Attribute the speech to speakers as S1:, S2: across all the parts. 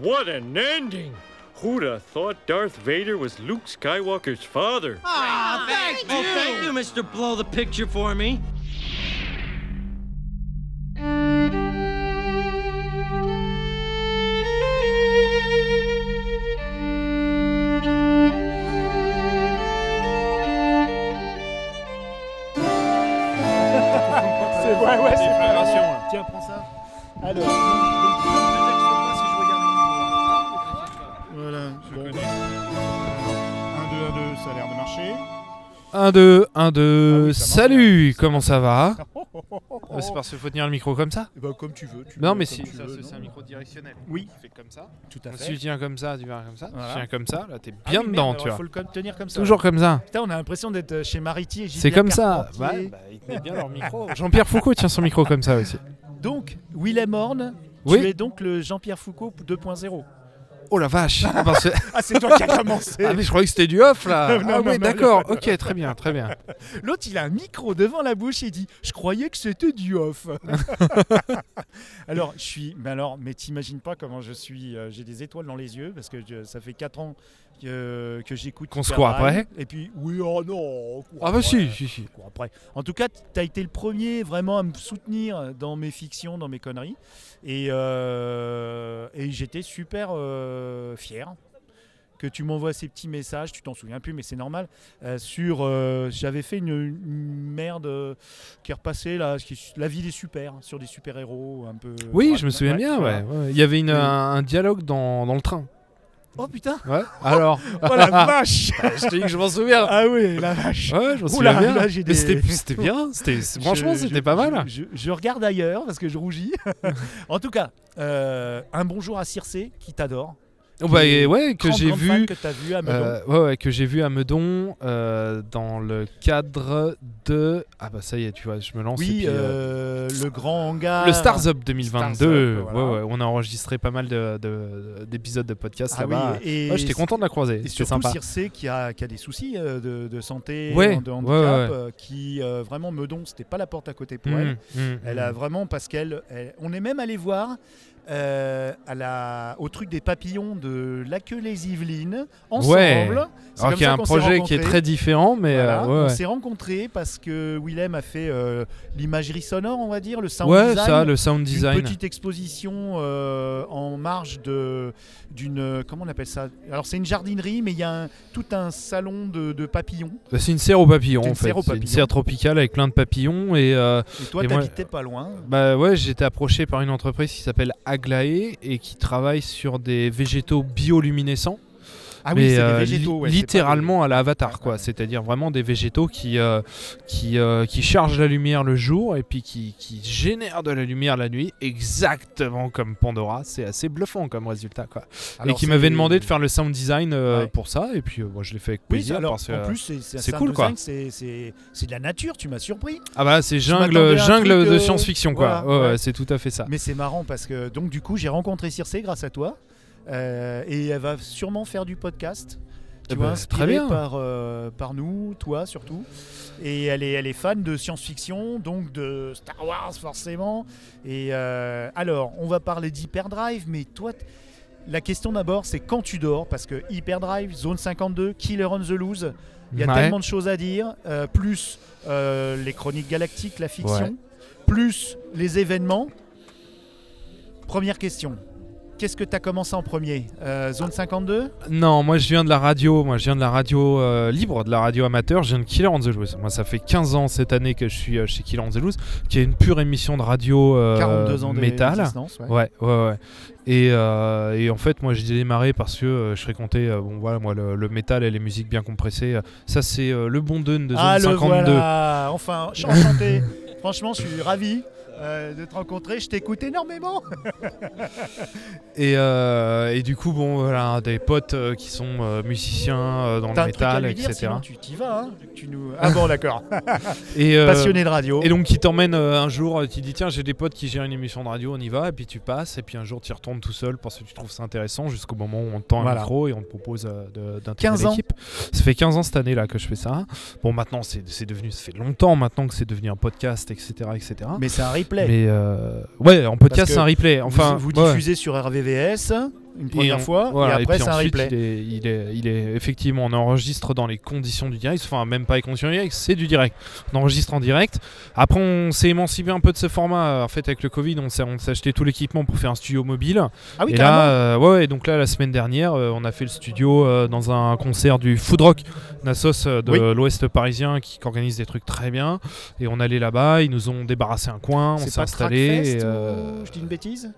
S1: What an ending! Who'd have thought Darth Vader was Luke Skywalker's father?
S2: Aw, thank you.
S3: Oh, thank you, Mr. Blow the Picture for me.
S4: C'est ouais, ouais, c'est
S5: Préparation, là.
S4: Tiens, prends ça. Alors, voilà. Bon. 1, 2, 1, 2,
S5: ça a l'air de marcher.
S6: 1, 2, 1, 2.
S5: Ah oui, ça marche,
S6: Salut,
S5: ouais.
S6: comment ça va
S5: Ah,
S6: Euh, C'est parce qu'il faut tenir le micro comme ça
S4: Eh ben, comme tu veux. Tu
S6: Non,
S4: le-
S6: mais
S4: comme
S6: si.
S4: tu veux, non
S5: micro directionnel.
S4: Oui.
S5: Tu fais comme ça.
S4: Tout à
S6: Si tu
S4: fait.
S6: tiens comme ça, tu vas comme ça.
S4: Voilà.
S6: Tu tiens comme ça, là t'es bien
S4: Ah oui, merde,
S6: dedans,
S4: Ah alors,
S6: tu vois.
S4: Faut le com- tenir comme ça.
S6: Toujours comme ça.
S4: Putain, on a l'impression d'être euh, chez Mariti et Gilles
S6: C'est comme ça.
S4: Carpentier.
S6: Ouais, bah, ils mettent bien leur micro. Jean-Pierre Foucault tient son micro comme ça aussi.
S4: Donc, Willem Horn,
S6: Oui.
S4: tu es donc le Jean-Pierre Foucault 2.0.
S6: Oh la vache Ah, bah, c'est-
S4: Ah, c'est toi qui as commencé.
S6: Ah mais je croyais que c'était du off là
S4: Non, non,
S6: Ah
S4: non,
S6: oui
S4: non,
S6: d'accord, ok très bien, très bien.
S4: L'autre, il a un micro devant la bouche et il dit Je croyais que c'était du off. alors, je suis. Mais alors, mais t'imagines pas comment je suis. euh, J'ai des étoiles dans les yeux parce que je- ça fait 4 ans que, que j'écoute.
S6: Qu'on se
S4: Hyper
S6: court après.
S4: Drive. Et puis, oui, oh non. on court
S6: Ah bah si,
S4: après,
S6: si, si.
S4: on court après. En tout cas, t'as été le premier vraiment à me soutenir euh, dans mes fictions, dans mes conneries. Et, euh, et j'étais super euh, fier que tu m'envoies ces petits messages, tu t'en souviens plus, mais c'est normal. euh, sur, euh, j'avais fait une, une merde euh, qui est repassée là, qui est su- la vie des super, hein, sur des super héros un peu.
S6: Oui,
S4: Ouais,
S6: je me souviens
S4: ouais,
S6: bien,
S4: voilà.
S6: ouais. ouais. Il y avait une,
S4: Et-
S6: un, un dialogue dans, dans le train.
S4: Oh putain,
S6: Ouais. Alors,
S4: oh la vache
S6: je te dis que je m'en souviens.
S4: Ah oui, la vache.
S6: Ouais, je m'en
S4: Oula,
S6: souviens bien.
S4: là, j'ai
S6: Mais
S4: des-
S6: c'était c'était bien, c'était franchement
S4: Je-
S6: c'était
S4: je-
S6: pas mal.
S4: Je, je regarde ailleurs parce que je rougis. en tout cas, euh, un bonjour à Circé qui t'adore.
S6: Oh, bah
S4: qui-
S6: et ouais que
S4: Grande,
S6: j'ai
S4: grande fan
S6: vu.
S4: que t'as vu à Meudon.
S6: euh, ouais, ouais, que j'ai vu à Meudon euh, dans le cadre de ah bah ça y est tu vois je me lance et
S4: oui,
S6: puis, euh,
S4: euh, le grand hangar.
S6: le Stars Up 2022
S4: Stars Up, voilà.
S6: ouais, ouais, on a enregistré pas mal d'épisodes de, d'épisodes de podcast
S4: Ah oui,
S6: là-bas
S4: et
S6: Ouais, j'étais content de la croiser,
S4: Et
S6: c'était
S4: surtout
S6: sympa.
S4: Circé qui a, qui a des soucis euh, de, de santé,
S6: Ouais,
S4: de
S6: ouais,
S4: handicap,
S6: ouais.
S4: euh, qui euh, vraiment Meudon, c'était pas la porte à côté pour
S6: Mm,
S4: elle.
S6: mm,
S4: Elle a
S6: mm.
S4: vraiment parce qu'elle, elle- on est même allé voir euh, à la, au truc des papillons de la queue les Yvelines ensemble.
S6: Ouais.
S4: C'est
S6: Alors
S4: comme
S6: qu'il y a
S4: ça
S6: un
S4: qu'on s'est
S6: projet qui est
S4: rencontrés.
S6: très différent, mais
S4: Voilà,
S6: euh,
S4: on
S6: ouais, ouais.
S4: s'est rencontrés parce que Willem a fait euh, l'imagerie sonore, on va dire, le sound
S6: Ouais,
S4: design.
S6: ça, le sound design.
S4: Une petite exposition euh, en marge de d'une euh, comment on appelle ça Alors c'est une jardinerie, mais il y a un- tout un salon de, de papillons.
S6: Bah, C'est une serre aux papillons
S4: C'est une
S6: en fait.
S4: serre aux
S6: C'est une
S4: papillons.
S6: serre tropicale avec plein de papillons et euh,
S4: Et toi,
S6: Et moi-
S4: t'habitais pas loin.
S6: bah ouais, j'ai été approché par une entreprise qui s'appelle Aglaé et qui travaille sur des végétaux bioluminescents.
S4: Ah
S6: mais,
S4: oui, c'est
S6: euh,
S4: des végétaux.
S6: li-
S4: ouais, c'est pas
S6: littéralement à l'avatar
S4: Ouais,
S6: quoi.
S4: ouais.
S6: C'est-à-dire vraiment des végétaux qui euh, qui euh, qui chargent la lumière le jour et puis qui qui génèrent de la lumière la nuit, exactement comme Pandora. C'est assez bluffant comme résultat quoi.
S4: des-
S6: et
S4: Alors,
S6: qui
S4: c'est-
S6: m'avait demandé de faire le sound design euh,
S4: Ouais.
S6: pour ça et puis euh, moi, je l'ai fait avec
S4: Oui,
S6: plaisir
S4: alors,
S6: parce que euh,
S4: en plus, c'est- c'est un
S6: c'est
S4: sound
S6: cool, quoi.
S4: design, C'est c'est- c'est de la nature, tu m'as surpris.
S6: ah bah c'est
S4: m'attendais à un
S6: jungle jungle
S4: truc,
S6: de
S4: euh,
S6: science-fiction quoi
S4: voilà,
S6: Ouais, ouais,
S4: ouais.
S6: c'est tout à fait ça
S4: Mais c'est marrant parce que, donc, du coup, j'ai rencontré Circe grâce à toi. euh, et elle va sûrement faire du podcast.
S6: Eh
S4: Tu vois,
S6: ben,
S4: inspirée
S6: très bien.
S4: Par, euh, par nous, toi surtout. Et elle est, elle est fan de science-fiction, donc de Star Wars forcément. Et euh, alors, on va parler d'Hyperdrive, mais toi, t- la question d'abord, c'est quand tu dors, parce que Hyperdrive, Zone 52, Killer on the Loose, il y a
S6: Ouais.
S4: tellement de choses à dire, euh, plus euh, les chroniques galactiques, la fiction,
S6: Ouais.
S4: plus les événements. Première question. Qu'est-ce que tu as commencé en premier Euh, Zone 52
S6: non moi je viens de la radio moi je viens de la radio euh, libre de la radio amateur je viens de Killer on the Loose moi ça fait 15 ans cette année que je suis euh, chez Killer on the Loose qui est une pure émission de radio euh,
S4: 42 ans de
S6: métal
S4: d'existence, ouais.
S6: Ouais, ouais, ouais. Et, euh, et en fait, moi, j'ai démarré parce que euh, je fréquentais, euh, bon, voilà, moi, le, le métal et les musiques bien compressées. euh, ça, c'est euh, le bon dun de Zone
S4: ah,
S6: 52.
S4: le voilà Enfin, je suis enchanté. Franchement, je suis ravi euh, de te rencontrer. Je t'écoute énormément.
S6: Et, euh, et du coup, bon, voilà, des potes euh, qui sont euh, musiciens euh, dans le
S4: T'as un truc à
S6: métal,
S4: lui dire,
S6: etc.
S4: sinon tu t'y vas. hein. Tu nous... Ah bon, d'accord.
S6: Et, euh,
S4: Passionné de radio.
S6: Et donc qui t'emmène euh, un jour, euh, tu dis tiens j'ai des potes qui gèrent une émission de radio, on y va, et puis tu passes, et puis un jour tu y retournes tout seul parce que tu trouves ça intéressant jusqu'au moment où on te tend un
S4: Voilà.
S6: micro et on te propose euh, de- d'intégrer
S4: 15 ans.
S6: l'équipe. Ça fait 15 ans cette année là que je fais ça. Bon maintenant c'est c'est devenu, ça fait longtemps maintenant que c'est devenu un podcast, etc. etc.
S4: Mais c'est un replay.
S6: Mais euh, ouais, en podcast
S4: que
S6: c'est un replay. Enfin,
S4: vous, vous
S6: ouais.
S4: diffusez sur RVVS, une
S6: Et
S4: première
S6: on-
S4: fois,
S6: voilà,
S4: et après
S6: puis
S4: c'est un
S6: ensuite,
S4: replay.
S6: Il est, il, est, il est- effectivement, on enregistre dans les conditions du direct, enfin même pas les conditions du direct, c'est du direct. On enregistre en direct. Après, on s'est émancipé un peu de ce format. En fait, avec le Covid, on s'est on s'est acheté tout l'équipement pour faire un studio mobile.
S4: Ah oui,
S6: et
S4: carrément.
S6: là, euh, ouais, ouais, donc là, la semaine dernière, euh, on a fait le studio euh, dans un concert du Food Rock, Nassos euh, de
S4: Oui.
S6: l'Ouest parisien qui, qui organise des trucs très bien. Et on allait là-bas, ils nous ont débarrassé un coin, on
S4: C'est
S6: s'est
S4: pas
S6: installé.
S4: Trackfest
S6: et,
S4: ou-
S6: euh,
S4: Je dis une bêtise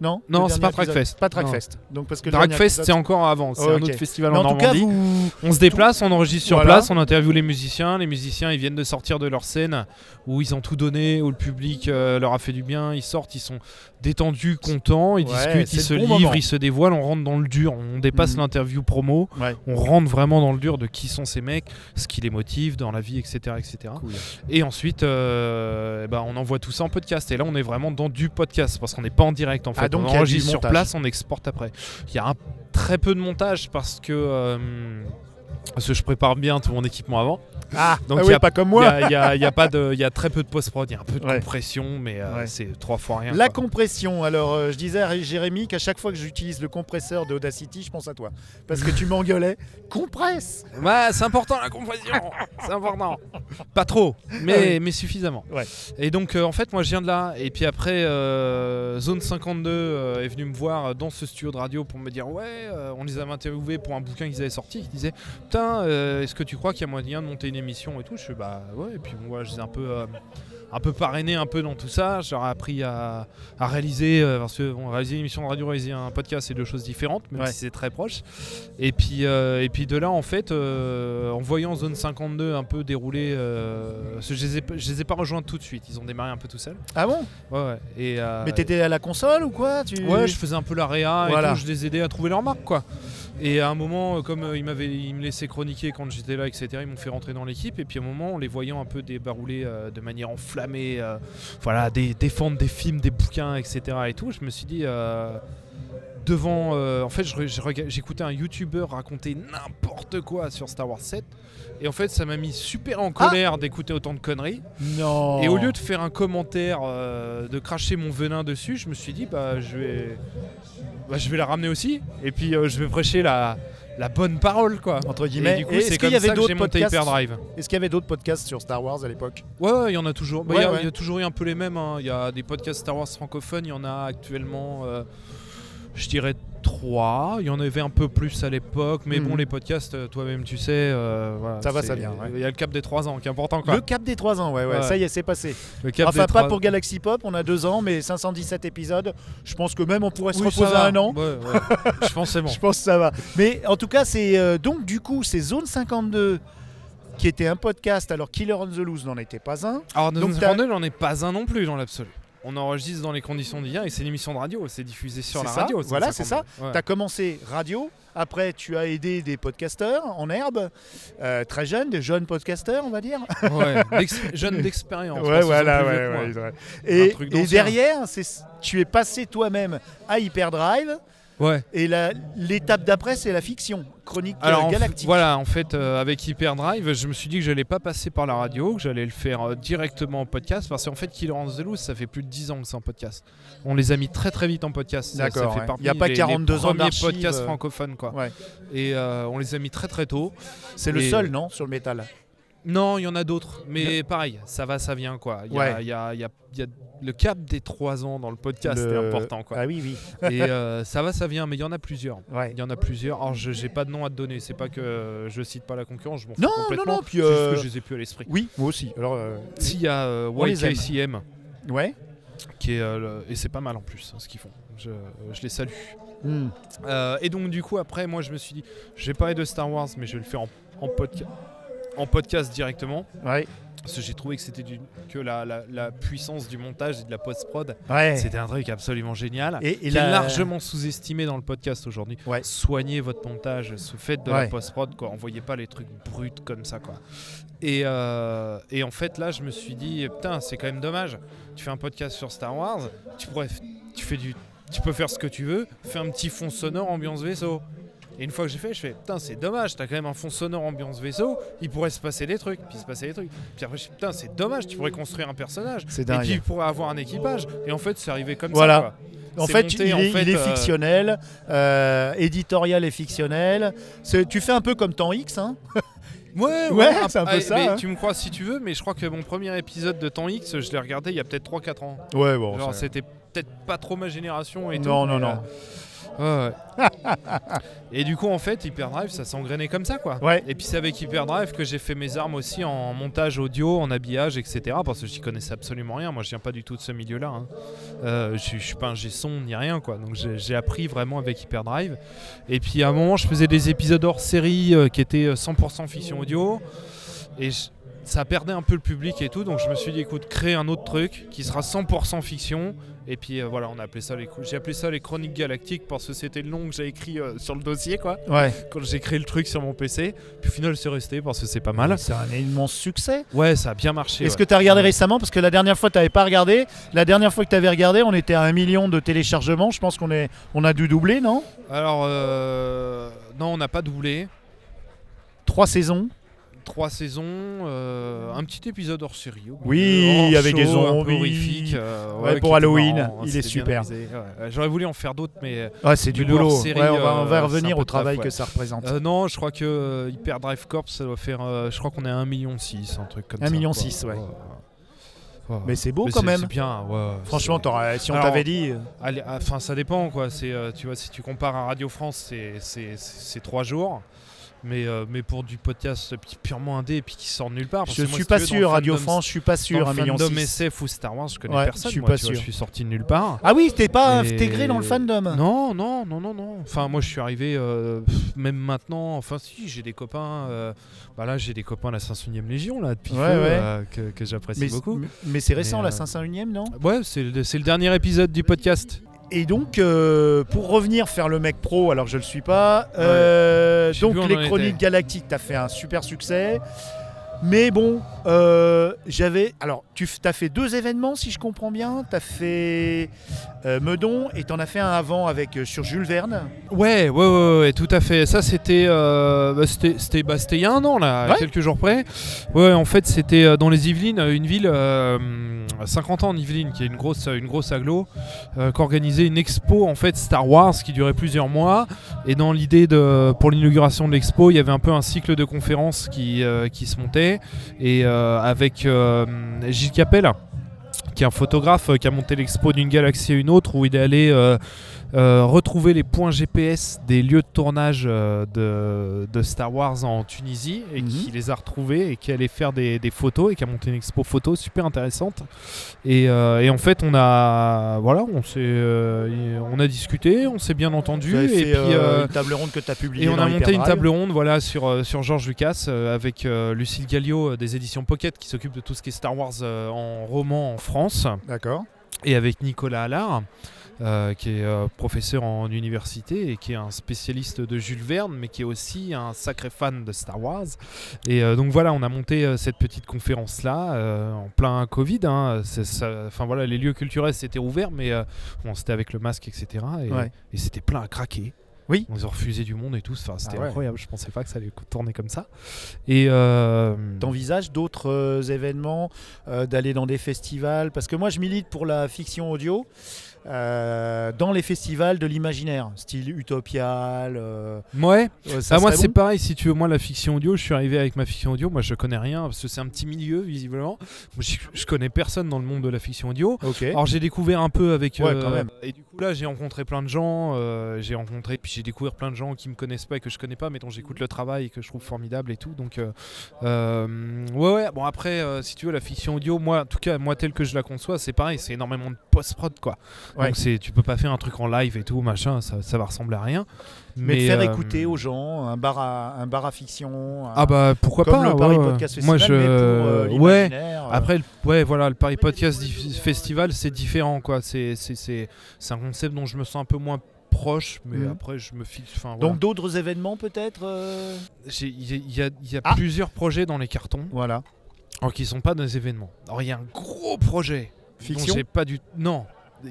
S4: Non
S6: Non,
S4: le
S6: c'est
S4: dernier
S6: pas
S4: épisode.
S6: Trackfest.
S4: Pas Trackfest. Donc parce que le dernier
S6: Dragfest,
S4: épisode-
S6: c'est encore avant, c'est
S4: Oh,
S6: un
S4: ok.
S6: autre festival
S4: Mais
S6: en,
S4: en tout cas,
S6: Normandie.
S4: vous...
S6: On se déplace, on enregistre sur
S4: Voilà.
S6: place, on interviewe les musiciens. Les musiciens, ils viennent de sortir de leur scène où ils ont tout donné, où le public euh, leur a fait du bien. Ils sortent, ils sont détendus, contents, ils
S4: Ouais,
S6: discutent,
S4: c'est
S6: ils
S4: le
S6: se
S4: bon
S6: livrent,
S4: moment.
S6: ils se dévoilent. On rentre dans le dur, on dépasse
S4: Mhm.
S6: l'interview promo,
S4: Ouais.
S6: on rentre vraiment dans le dur de qui sont ces mecs, ce qui les motive dans la vie, etc. etc.
S4: Cool.
S6: Et ensuite, euh, eh ben, on envoie tout ça en podcast. Et là, on est vraiment dans du podcast parce qu'on n'est pas en direct en fait.
S4: Ah, donc, il y
S6: on
S4: a du
S6: enregistre sur
S4: montage.
S6: place, on exporte après. Il y a un- très peu de montage parce que, euh, parce que je prépare bien tout mon équipement avant.
S4: Ah,
S6: Donc,
S4: ah
S6: il
S4: oui,
S6: y a-
S4: pas comme
S6: Il y
S4: moi.
S6: a, il y a- il y a pas de, il y a très peu de post-prod, il y a un peu de
S4: Ouais.
S6: compression, mais euh,
S4: Ouais.
S6: c'est trois fois rien.
S4: La
S6: quoi.
S4: compression. Alors, euh, je disais à Jérémy qu'à chaque fois que j'utilise le compresseur de Audacity, je pense à toi. Parce que tu m'engueulais. Compresse
S6: Ouais, Bah, c'est important la compression, c'est important. Pas trop, mais, mais suffisamment.
S4: Ah Ouais.
S6: Et donc euh, en fait, moi je viens de là, et puis après, euh, Zone 52 euh, est venu me voir dans ce studio de radio pour me dire ouais, euh, on les avait interviewés pour un bouquin qu'ils avaient sorti, qui disait putain, euh, est-ce que tu crois qu'il y a moyen de monter une émission et tout Je suis bah ouais, et puis bon, voilà, je les ai un peu, euh, un peu parrainé un peu dans tout ça, je leur ai appris à, à réaliser, euh, parce que bon, réaliser une émission de radio, réaliser un podcast, c'est deux choses différentes, même
S4: Ouais.
S6: si c'est très proche. Et puis, euh, et puis de là, en fait, euh, en voyant Zone 52 un peu dérouler, euh, parce que je, les ai, pas- je les ai pas rejoints tout de suite, ils ont démarré un peu tout seuls.
S4: Ah bon
S6: Ouais, ouais. Et, euh,
S4: Mais t'étais à la console ou quoi tu...
S6: Ouais, je faisais un peu la réa
S4: Voilà.
S6: et tout, je les aidais à trouver leur marque quoi. Et à un moment, euh, comme euh, ils, m'avaient- ils me laissaient chroniquer quand j'étais là, etc., ils m'ont fait rentrer dans l'équipe. Et puis à un moment, en les voyant un peu débarouler euh, de manière enflammée, euh, voilà, des, défendre des films, des bouquins, etc., et tout, je me suis dit. euh, Devant, euh, en fait, je re- je rega- j'écoutais un youtubeur raconter n'importe quoi sur Star Wars 7, et en fait, ça m'a mis super en
S4: Ah
S6: colère d'écouter autant de conneries.
S4: Non.
S6: Et au lieu de faire un commentaire, euh, de cracher mon venin dessus, je me suis dit, bah, je vais, bah, je vais la ramener aussi. Et puis, euh, je vais prêcher la, la bonne parole, quoi.
S4: Entre
S6: Et
S4: guillemets.
S6: du coup,
S4: Et
S6: c'est
S4: Est-ce qu'il
S6: comme
S4: y avait
S6: ça que j'ai
S4: d'autres
S6: monté
S4: podcasts
S6: Hyperdrive.
S4: Est-ce qu'il y avait d'autres podcasts sur Star Wars à l'époque
S6: Ouais, ouais, il y en a toujours. Bah, Il y a-
S4: Ouais, ouais.
S6: il y, a toujours eu un peu les mêmes. hein. Il y a des podcasts Star Wars francophones. Il y en a actuellement, euh, je dirais, trois. Il y en avait un peu plus à l'époque. Mais
S4: Mhm.
S6: bon, les podcasts, euh, toi-même, tu sais. euh, voilà,
S4: Ça va, ça
S6: c'est-
S4: vient, ouais.
S6: Il y a le cap des trois ans qui est important, quoi.
S4: Le cap des 3 ans, ouais, ouais,
S6: Ouais.
S4: ça y est, c'est passé.
S6: Le cap
S4: enfin,
S6: des
S4: pas
S6: trois-
S4: pour Galaxy Pop, on a 2 ans, mais 517 épisodes. Je pense que même on pourrait se
S6: Oui, ça
S4: reposer
S6: va.
S4: un an.
S6: Ouais, ouais. je pense que c'est bon.
S4: Je pense que ça va. Mais en tout cas, c'est euh, donc du coup, c'est Zone 52 qui était un podcast. Alors, Killer on the Loose n'en était pas un.
S6: Alors, dans
S4: Donc,
S6: une
S4: t'as-
S6: randonnée, on n'est pas un non plus dans l'absolu. On enregistre dans les conditions d'hier et c'est une émission de radio, c'est diffusé sur
S4: C'est
S6: la
S4: ça,
S6: radio.
S4: voilà, c'est ça.
S6: 152. Ouais.
S4: Tu as commencé radio. Après, tu as aidé des podcasteurs en herbe, euh, très jeunes, des jeunes podcasteurs, on va dire.
S6: Ouais, d'ex- jeune d'expérience. parce qu'ils sont plus vieux que moi.
S4: Et,
S6: truc
S4: et
S6: d'ancien.
S4: derrière, c'est- tu es passé toi-même à Hyperdrive.
S6: Ouais.
S4: Et la- l'étape d'après, c'est la fiction, chronique euh,
S6: Alors, en fait-
S4: galactique.
S6: voilà, en fait, euh, avec Hyperdrive, je me suis dit que j'allais pas passer par la radio, que j'allais le faire euh, directement en podcast, parce qu'en fait, Killer on the Loose, ça fait plus de 10 ans que c'est en podcast. On les a mis très très vite en podcast. Ça-
S4: D'accord,
S6: ça fait
S4: ouais.
S6: partie
S4: Y a pas
S6: des-
S4: 42
S6: des
S4: ans
S6: premiers
S4: d'archives,
S6: podcasts
S4: euh.
S6: francophones, quoi.
S4: Ouais.
S6: Et euh, on les a mis très très tôt.
S4: C'est le
S6: Et-
S4: seul, non, sur le métal.
S6: Non, il y en a d'autres, mais pareil, ça va, ça vient quoi. Il y, a-
S4: Ouais.
S6: il y a- il y a- il y a le cap des 3 ans dans le podcast,
S4: Le-
S6: c'est important quoi.
S4: Ah oui, oui.
S6: Et euh, ça va, ça vient, mais il y en a plusieurs.
S4: Ouais.
S6: Il y en a plusieurs. Alors, je j'ai pas de nom à te donner, c'est pas que euh, je cite pas la concurrence, je m'en fous
S4: Non,
S6: complètement.
S4: non, non, puis,
S6: c'est juste
S4: euh,
S6: que je les ai plus à l'esprit.
S4: Oui, moi aussi. Alors, euh,
S6: S'il y a euh,
S4: On les aime.
S6: YKCM,
S4: ouais.
S6: qui est, euh, le- et c'est pas mal en plus hein, ce qu'ils font, je, je les salue. Euh, et donc, du coup, après, moi je me suis dit, je vais parler de Star Wars, mais je vais le faire en, en podca- en podcast directement.
S4: Ouais.
S6: Parce que j'ai trouvé que c'était du- que la, la- la puissance du montage et de la post-prod,
S4: Ouais.
S6: c'était un truc absolument génial.
S4: Et, et
S6: qui est
S4: la-
S6: largement sous-estimé dans le podcast aujourd'hui.
S4: Ouais.
S6: Soignez votre montage, sou- faites de la
S4: Ouais.
S6: post-prod, quoi. Envoyez pas les trucs bruts comme ça, quoi. Et, euh, et en fait, là, je me suis dit, putain, c'est quand même dommage. Tu fais un podcast sur Star Wars, tu pourrais, f- tu fais du, tu peux faire ce que tu veux, fais un petit fond sonore ambiance vaisseau. Et une fois que j'ai fait, je fais putain, c'est dommage, t'as quand même un fond sonore ambiance vaisseau, il pourrait se passer des trucs, puis il se passer des trucs. Puis après, je fais putain, c'est dommage, tu pourrais construire un personnage,
S4: C'est
S6: et
S4: dingue.
S6: puis il pourrait avoir un équipage. Et en fait, c'est arrivé comme
S4: Voilà.
S6: ça. quoi.
S4: En
S6: C'est
S4: fait,
S6: monté,
S4: il,
S6: en
S4: est,
S6: fait,
S4: il est
S6: euh,
S4: fictionnel, euh, éditorial et fictionnel. C'est- Tu fais un peu comme temps X, hein
S6: Ouais,
S4: Ouais, c'est un peu
S6: ah,
S4: ça,
S6: mais
S4: hein.
S6: Tu me crois si tu veux, mais je crois que mon premier épisode de Temps X, je l'ai regardé il y a peut-être 3-4 ans.
S4: Ouais, bon.
S6: Genre,
S4: ça-
S6: c'était peut-être pas trop ma génération et tout.
S4: non, non,
S6: mais,
S4: non.
S6: euh, ouais, ouais. et du coup, en fait, Hyperdrive, ça s'engrainait comme ça, quoi.
S4: Ouais.
S6: Et puis, c'est avec Hyperdrive que j'ai fait mes armes aussi en montage audio, en habillage, etc. Parce que j'y connaissais absolument rien. Moi, je viens pas du tout de ce milieu-là. hein. Euh, je suis- je suis pas un G-son ni rien, quoi. Donc, j'ai j'ai appris vraiment avec Hyperdrive. Et puis, à un moment, je faisais des épisodes hors série euh, qui étaient euh, 100% fiction audio. Et je- ça perdait un peu le public et tout. Donc, je me suis dit, écoute, crée un autre truc qui sera 100% fiction. Et puis euh, voilà, on a appelé ça les cou- j'ai appelé ça les chroniques galactiques parce que c'était le nom que j'ai écrit euh, sur le dossier quoi.
S4: Ouais.
S6: Quand j'ai créé le truc sur mon PC, puis au final c'est resté parce que c'est pas mal.
S4: C'est un immense succès.
S6: Ouais, ça a bien marché.
S4: Est-ce
S6: ouais.
S4: que tu as regardé récemment Parce que la dernière fois, tu n'avais pas regardé. La dernière fois que tu avais regardé, on était à un million de téléchargements. Je pense qu'on est, on a dû doubler, non
S6: Alors euh, non, on n'a pas doublé.
S4: Trois saisons.
S6: Trois saisons, euh, un petit épisode hors série. au bout
S4: Oui,
S6: de- hors
S4: avec des
S6: show, un peu
S4: zombies.
S6: horrifique, euh,
S4: Ouais,
S6: qui
S4: pour
S6: était
S4: Halloween,
S6: marrant, hein,
S4: il
S6: c'était
S4: est
S6: bien
S4: super.
S6: amusé, ouais. Ouais, J'aurais voulu en faire d'autres, mais euh,
S4: Ouais, Ah, c'est du
S6: Le hors
S4: boulot.
S6: série,
S4: Ouais, on va, on va
S6: euh, c'est un
S4: revenir
S6: peu
S4: au
S6: de
S4: travail
S6: taf, ouais.
S4: que ça représente.
S6: euh, non, je crois que euh, Hyperdrive Corps, ça doit faire, euh, je crois qu'on est à 1,6 million, un truc comme
S4: 1
S6: ça.
S4: million
S6: quoi.
S4: six, ouais.
S6: Ouais.
S4: Mais c'est beau
S6: Mais
S4: quand
S6: c'est-
S4: même.
S6: C'est bien, ouais.
S4: Franchement,
S6: c'est-
S4: t'aurais- si on
S6: Alors- ah,
S4: t'avait dit. euh,
S6: Allez, Enfin, ça dépend, quoi. C'est, euh, tu vois, si tu compares à Radio France, c'est- c'est c'est- c'est trois jours. Mais, euh, mais pour du podcast pi- purement indé et puis qui sort de nulle part. parce
S4: Je
S6: que moi,
S4: suis
S6: si tu
S4: pas
S6: veux, dans
S4: sûr,
S6: le
S4: Radio
S6: fandom-
S4: France, je suis pas
S6: Dans
S4: sûr, un
S6: le
S4: million
S6: fandom
S4: six.
S6: SF ou Star Wars, je connais
S4: Ouais,
S6: personne.
S4: je suis
S6: moi,
S4: pas
S6: tu vois,
S4: sûr.
S6: je suis sorti de nulle part.
S4: Ah oui, t'es pas
S6: Et-
S4: intégré dans le fandom.
S6: Non, non, non, non, non. Enfin, moi, je suis arrivé euh, pff, même maintenant. Enfin, si, j'ai des copains. euh, bah là, j'ai des copains à la 501ème Légion, là, depuis
S4: Ouais,
S6: peu,
S4: ouais.
S6: euh, que, que j'apprécie
S4: mais,
S6: beaucoup.
S4: mais- mais c'est récent,
S6: Mais,
S4: la
S6: euh,
S4: 501e, non
S6: Ouais, c'est le, c'est le dernier épisode du podcast.
S4: Et donc, euh, pour revenir faire le mec pro, alors je le suis pas, euh,
S6: Je sais
S4: donc
S6: plus où on
S4: les
S6: en
S4: Chroniques
S6: était.
S4: Galactiques, t'as fait un super succès. Mais bon, euh, j'avais. Alors, tu as fait deux événements, si je comprends bien. T'as fait euh, Meudon et t'en as fait un avant avec euh, sur Jules Verne.
S6: Ouais, ouais, ouais, ouais, tout à fait. Ça, c'était, euh, bah, c'était, c'était, bah, c'était il y a un an là, à
S4: Ouais.
S6: quelques jours près. Ouais, en fait, c'était euh, dans les Yvelines, euh, une ville euh, hum, 50 ans en Yvelines, qui est une grosse, une grosse aglo, euh, qu'organisait une expo en fait Star Wars qui durait plusieurs mois. Et dans l'idée de, pour l'inauguration de l'expo, il y avait un peu un cycle de conférences qui, euh, qui se montait, et euh, avec euh, Gilles Capel qui est un photographe euh, qui a monté l'expo d'une galaxie à une autre où il est allé euh, euh, retrouver les points GPS des lieux de tournage euh, de, de Star Wars en Tunisie et
S4: Mhm.
S6: qui les a retrouvés et qui allait faire des, des photos et qui a monté une expo photo super intéressante. Et, euh, et en fait, on a voilà, on s'est euh, on a discuté, on s'est bien entendu
S4: T'avais
S6: et
S4: fait,
S6: puis
S4: euh,
S6: euh,
S4: une table ronde que t'as publiée.
S6: et on
S4: dans
S6: a monté une
S4: Hyperdrive.
S6: table ronde voilà, sur, euh, sur Georges Lucas euh, avec euh, Lucille Galliot euh, des éditions Pocket qui s'occupe de tout ce qui est Star Wars euh, en roman en France
S4: D'accord.
S6: et avec Nicolas Allard, euh, qui est euh, professeur en université et qui est un spécialiste de Jules Verne, mais qui est aussi un sacré fan de Star Wars. Et euh, donc voilà, on a monté euh, cette petite conférence-là euh, en plein Covid. hein. C'est ça- Enfin voilà, les lieux culturels s'étaient ouverts, mais euh, bon, c'était avec le masque, etc. Et, euh,
S4: Ouais.
S6: et c'était plein à craquer.
S4: Oui.
S6: On ont refusé du monde et tout. Enfin, c'était
S4: Ah ouais.
S6: incroyable. Je pensais pas que ça allait tourner comme ça. Et euh,
S4: T'envisages d'autres euh, événements, euh, d'aller dans des festivals Parce que moi, je milite pour la fiction audio euh, dans les festivals de l'imaginaire, style Utopial. euh,
S6: ouais.
S4: euh, ça
S6: Ah, moi
S4: serait
S6: c'est
S4: bon
S6: pareil si tu veux moi la fiction audio je suis arrivé avec ma fiction audio moi je connais rien parce que c'est un petit milieu visiblement Moi, je, je connais personne dans le monde de la fiction audio
S4: Ok.
S6: alors j'ai découvert un peu avec euh,
S4: Ouais, quand même.
S6: et du coup là j'ai rencontré plein de gens euh, j'ai rencontré puis j'ai découvert plein de gens qui me connaissent pas et que je connais pas mais dont j'écoute le travail et que je trouve formidable et tout donc euh, euh, ouais ouais bon après euh, si tu veux la fiction audio moi en tout cas moi telle que je la conçois c'est pareil c'est énormément de post prod quoi
S4: Ouais.
S6: donc c'est tu peux pas faire un truc en live et tout machin ça, ça va ressembler à rien
S4: mais, de faire
S6: euh,
S4: écouter aux gens un bar à, un bar à fiction. un-
S6: ah bah pourquoi
S4: comme
S6: pas
S4: le
S6: ouais,
S4: Paris
S6: ouais.
S4: Podcast
S6: Moi
S4: Festival,
S6: je
S4: mais pour euh,
S6: ouais.
S4: l'imaginaire. euh,
S6: Après le- ouais voilà le Paris Podcast Dif- Festival c'est différent quoi c'est c'est c'est c'est un concept dont je me sens un peu moins proche mais
S4: Mhm.
S6: après je me fixe enfin voilà.
S4: donc d'autres événements peut-être euh,
S6: J'ai- il y a, il y a- il y a
S4: Ah.
S6: plusieurs projets dans les cartons
S4: Voilà.
S6: alors qui sont pas des événements alors il y a un gros projet dont
S4: Fiction
S6: j'ai pas du non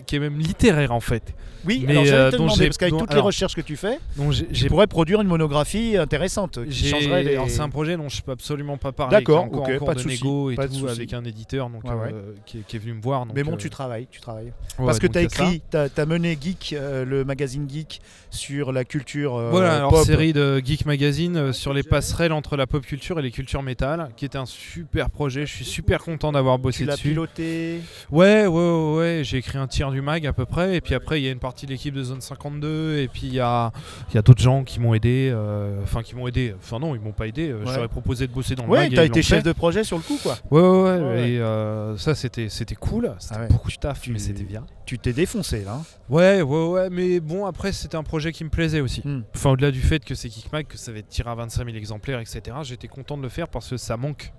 S6: qui est même littéraire en fait.
S4: Oui,
S6: Mais,
S4: alors
S6: euh,
S4: j'allais te
S6: dont
S4: demander,
S6: j'ai-
S4: parce qu'avec
S6: dont-
S4: toutes les
S6: alors-
S4: recherches que tu fais,
S6: Donc j'ai-
S4: tu
S6: j'ai
S4: pourrais produire une monographie intéressante qui
S6: j'ai-
S4: changerait les...
S6: alors, C'est un projet dont je peux absolument pas parler.
S4: D'accord,
S6: qui est encore
S4: ok,
S6: en cours
S4: pas de souci,
S6: négo et
S4: pas de
S6: tout
S4: souci.
S6: avec un éditeur donc,
S4: Ouais, ouais.
S6: euh, qui, est, qui est venu me voir. donc,
S4: Mais bon,
S6: euh,
S4: tu travailles, tu travailles.
S6: ouais,
S4: Parce que
S6: donc
S4: tu as
S6: il y a ça.
S4: écrit, tu as, mené Geek, euh, le magazine Geek, sur la culture euh,
S6: Voilà, alors
S4: pop.
S6: série de Geek Magazine euh, sur les passerelles entre la pop culture et les cultures métal, qui est un super projet. Je suis super content d'avoir
S4: Tu
S6: bossé
S4: l'as
S6: dessus.
S4: piloté.
S6: Ouais, ouais, ouais, ouais, j'ai écrit un tiers du mag à peu près, et puis après il y a une partie de l'équipe de Zone 52, et puis il y a, il y a d'autres gens qui m'ont aidé, euh, enfin qui m'ont aidé, enfin non, ils m'ont pas aidé, euh, je
S4: Ouais.
S6: leur ai proposé de bosser dans le
S4: Ouais,
S6: mag. et
S4: tu as
S6: ils l'ont
S4: été chef
S6: fait.
S4: de projet sur le coup, quoi.
S6: Ouais, ouais, ouais,
S4: Ouais.
S6: et euh, ça c'était c'était cool, c'était
S4: Ah ouais.
S6: beaucoup de taf,
S4: Tu-
S6: mais c'était bien.
S4: Tu t'es défoncé, là. hein,
S6: Ouais, ouais, ouais, mais bon, après c'était un projet qui me plaisait aussi.
S4: Hmm.
S6: Enfin, au-delà du fait que c'est Kickmag, que ça va être tiré à 25 000 exemplaires, etc., j'étais content de le faire parce que ça manque.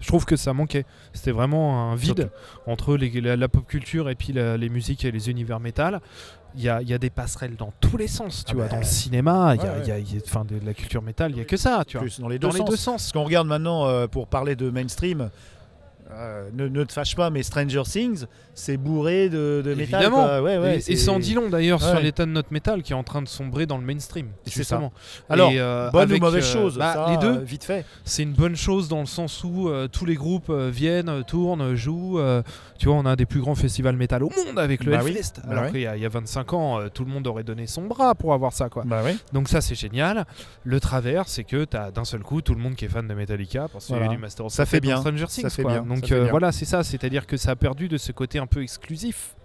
S6: Je trouve que ça manquait. C'était vraiment un vide entre les- la, la pop culture et puis la- les musiques et les univers métal. Il y a, il y a des passerelles dans tous les sens, tu
S4: Ah
S6: vois.
S4: bah,
S6: Dans le cinéma, il y a-
S4: ouais, ouais.
S6: il y a, il y a- enfin, de la culture métal, il n'y a que ça, tu vois.
S4: Plus dans les deux
S6: Dans les
S4: sens.
S6: deux sens.
S4: Parce qu'on regarde maintenant, euh, pour parler de mainstream, euh, ne, ne te fâche pas, mais Stranger Things, c'est bourré de, de métal.
S6: Évidemment.
S4: quoi. Ouais, ouais,
S6: et, et
S4: c'est-
S6: ça en dit long d'ailleurs sur
S4: Ouais.
S6: l'état de notre métal qui est en train de sombrer dans le mainstream.
S4: C'est ça.
S6: justement.
S4: Alors,
S6: Et, euh,
S4: Bonne
S6: avec,
S4: ou mauvaise
S6: euh,
S4: chose,
S6: bah,
S4: ça,
S6: Les deux,
S4: euh, vite fait.
S6: c'est une bonne chose dans le sens où euh, tous les groupes euh, viennent, euh, tournent, jouent. euh, tu vois, on a un des plus grands festivals métal au monde avec le
S4: Bah oui.
S6: Hellfest.
S4: Bah
S6: Alors
S4: ouais.
S6: qu'il y, a- il y a 25 ans, euh, tout le monde aurait donné son bras pour avoir ça, quoi.
S4: Bah oui.
S6: Donc ça, c'est génial. Le travers, c'est que t'as d'un seul coup tout le monde qui est fan de Metallica parce qu'il y a eu
S4: Voilà.
S6: du Master of
S4: Ça
S6: Puppets
S4: fait bien.
S6: dans Stranger
S4: Ça
S6: Things,
S4: fait
S6: quoi.
S4: bien.
S6: Donc
S4: Ça fait
S6: euh,
S4: bien.
S6: voilà, c'est ça. C'est-à-dire que ça a perdu de ce côté un peu exclusif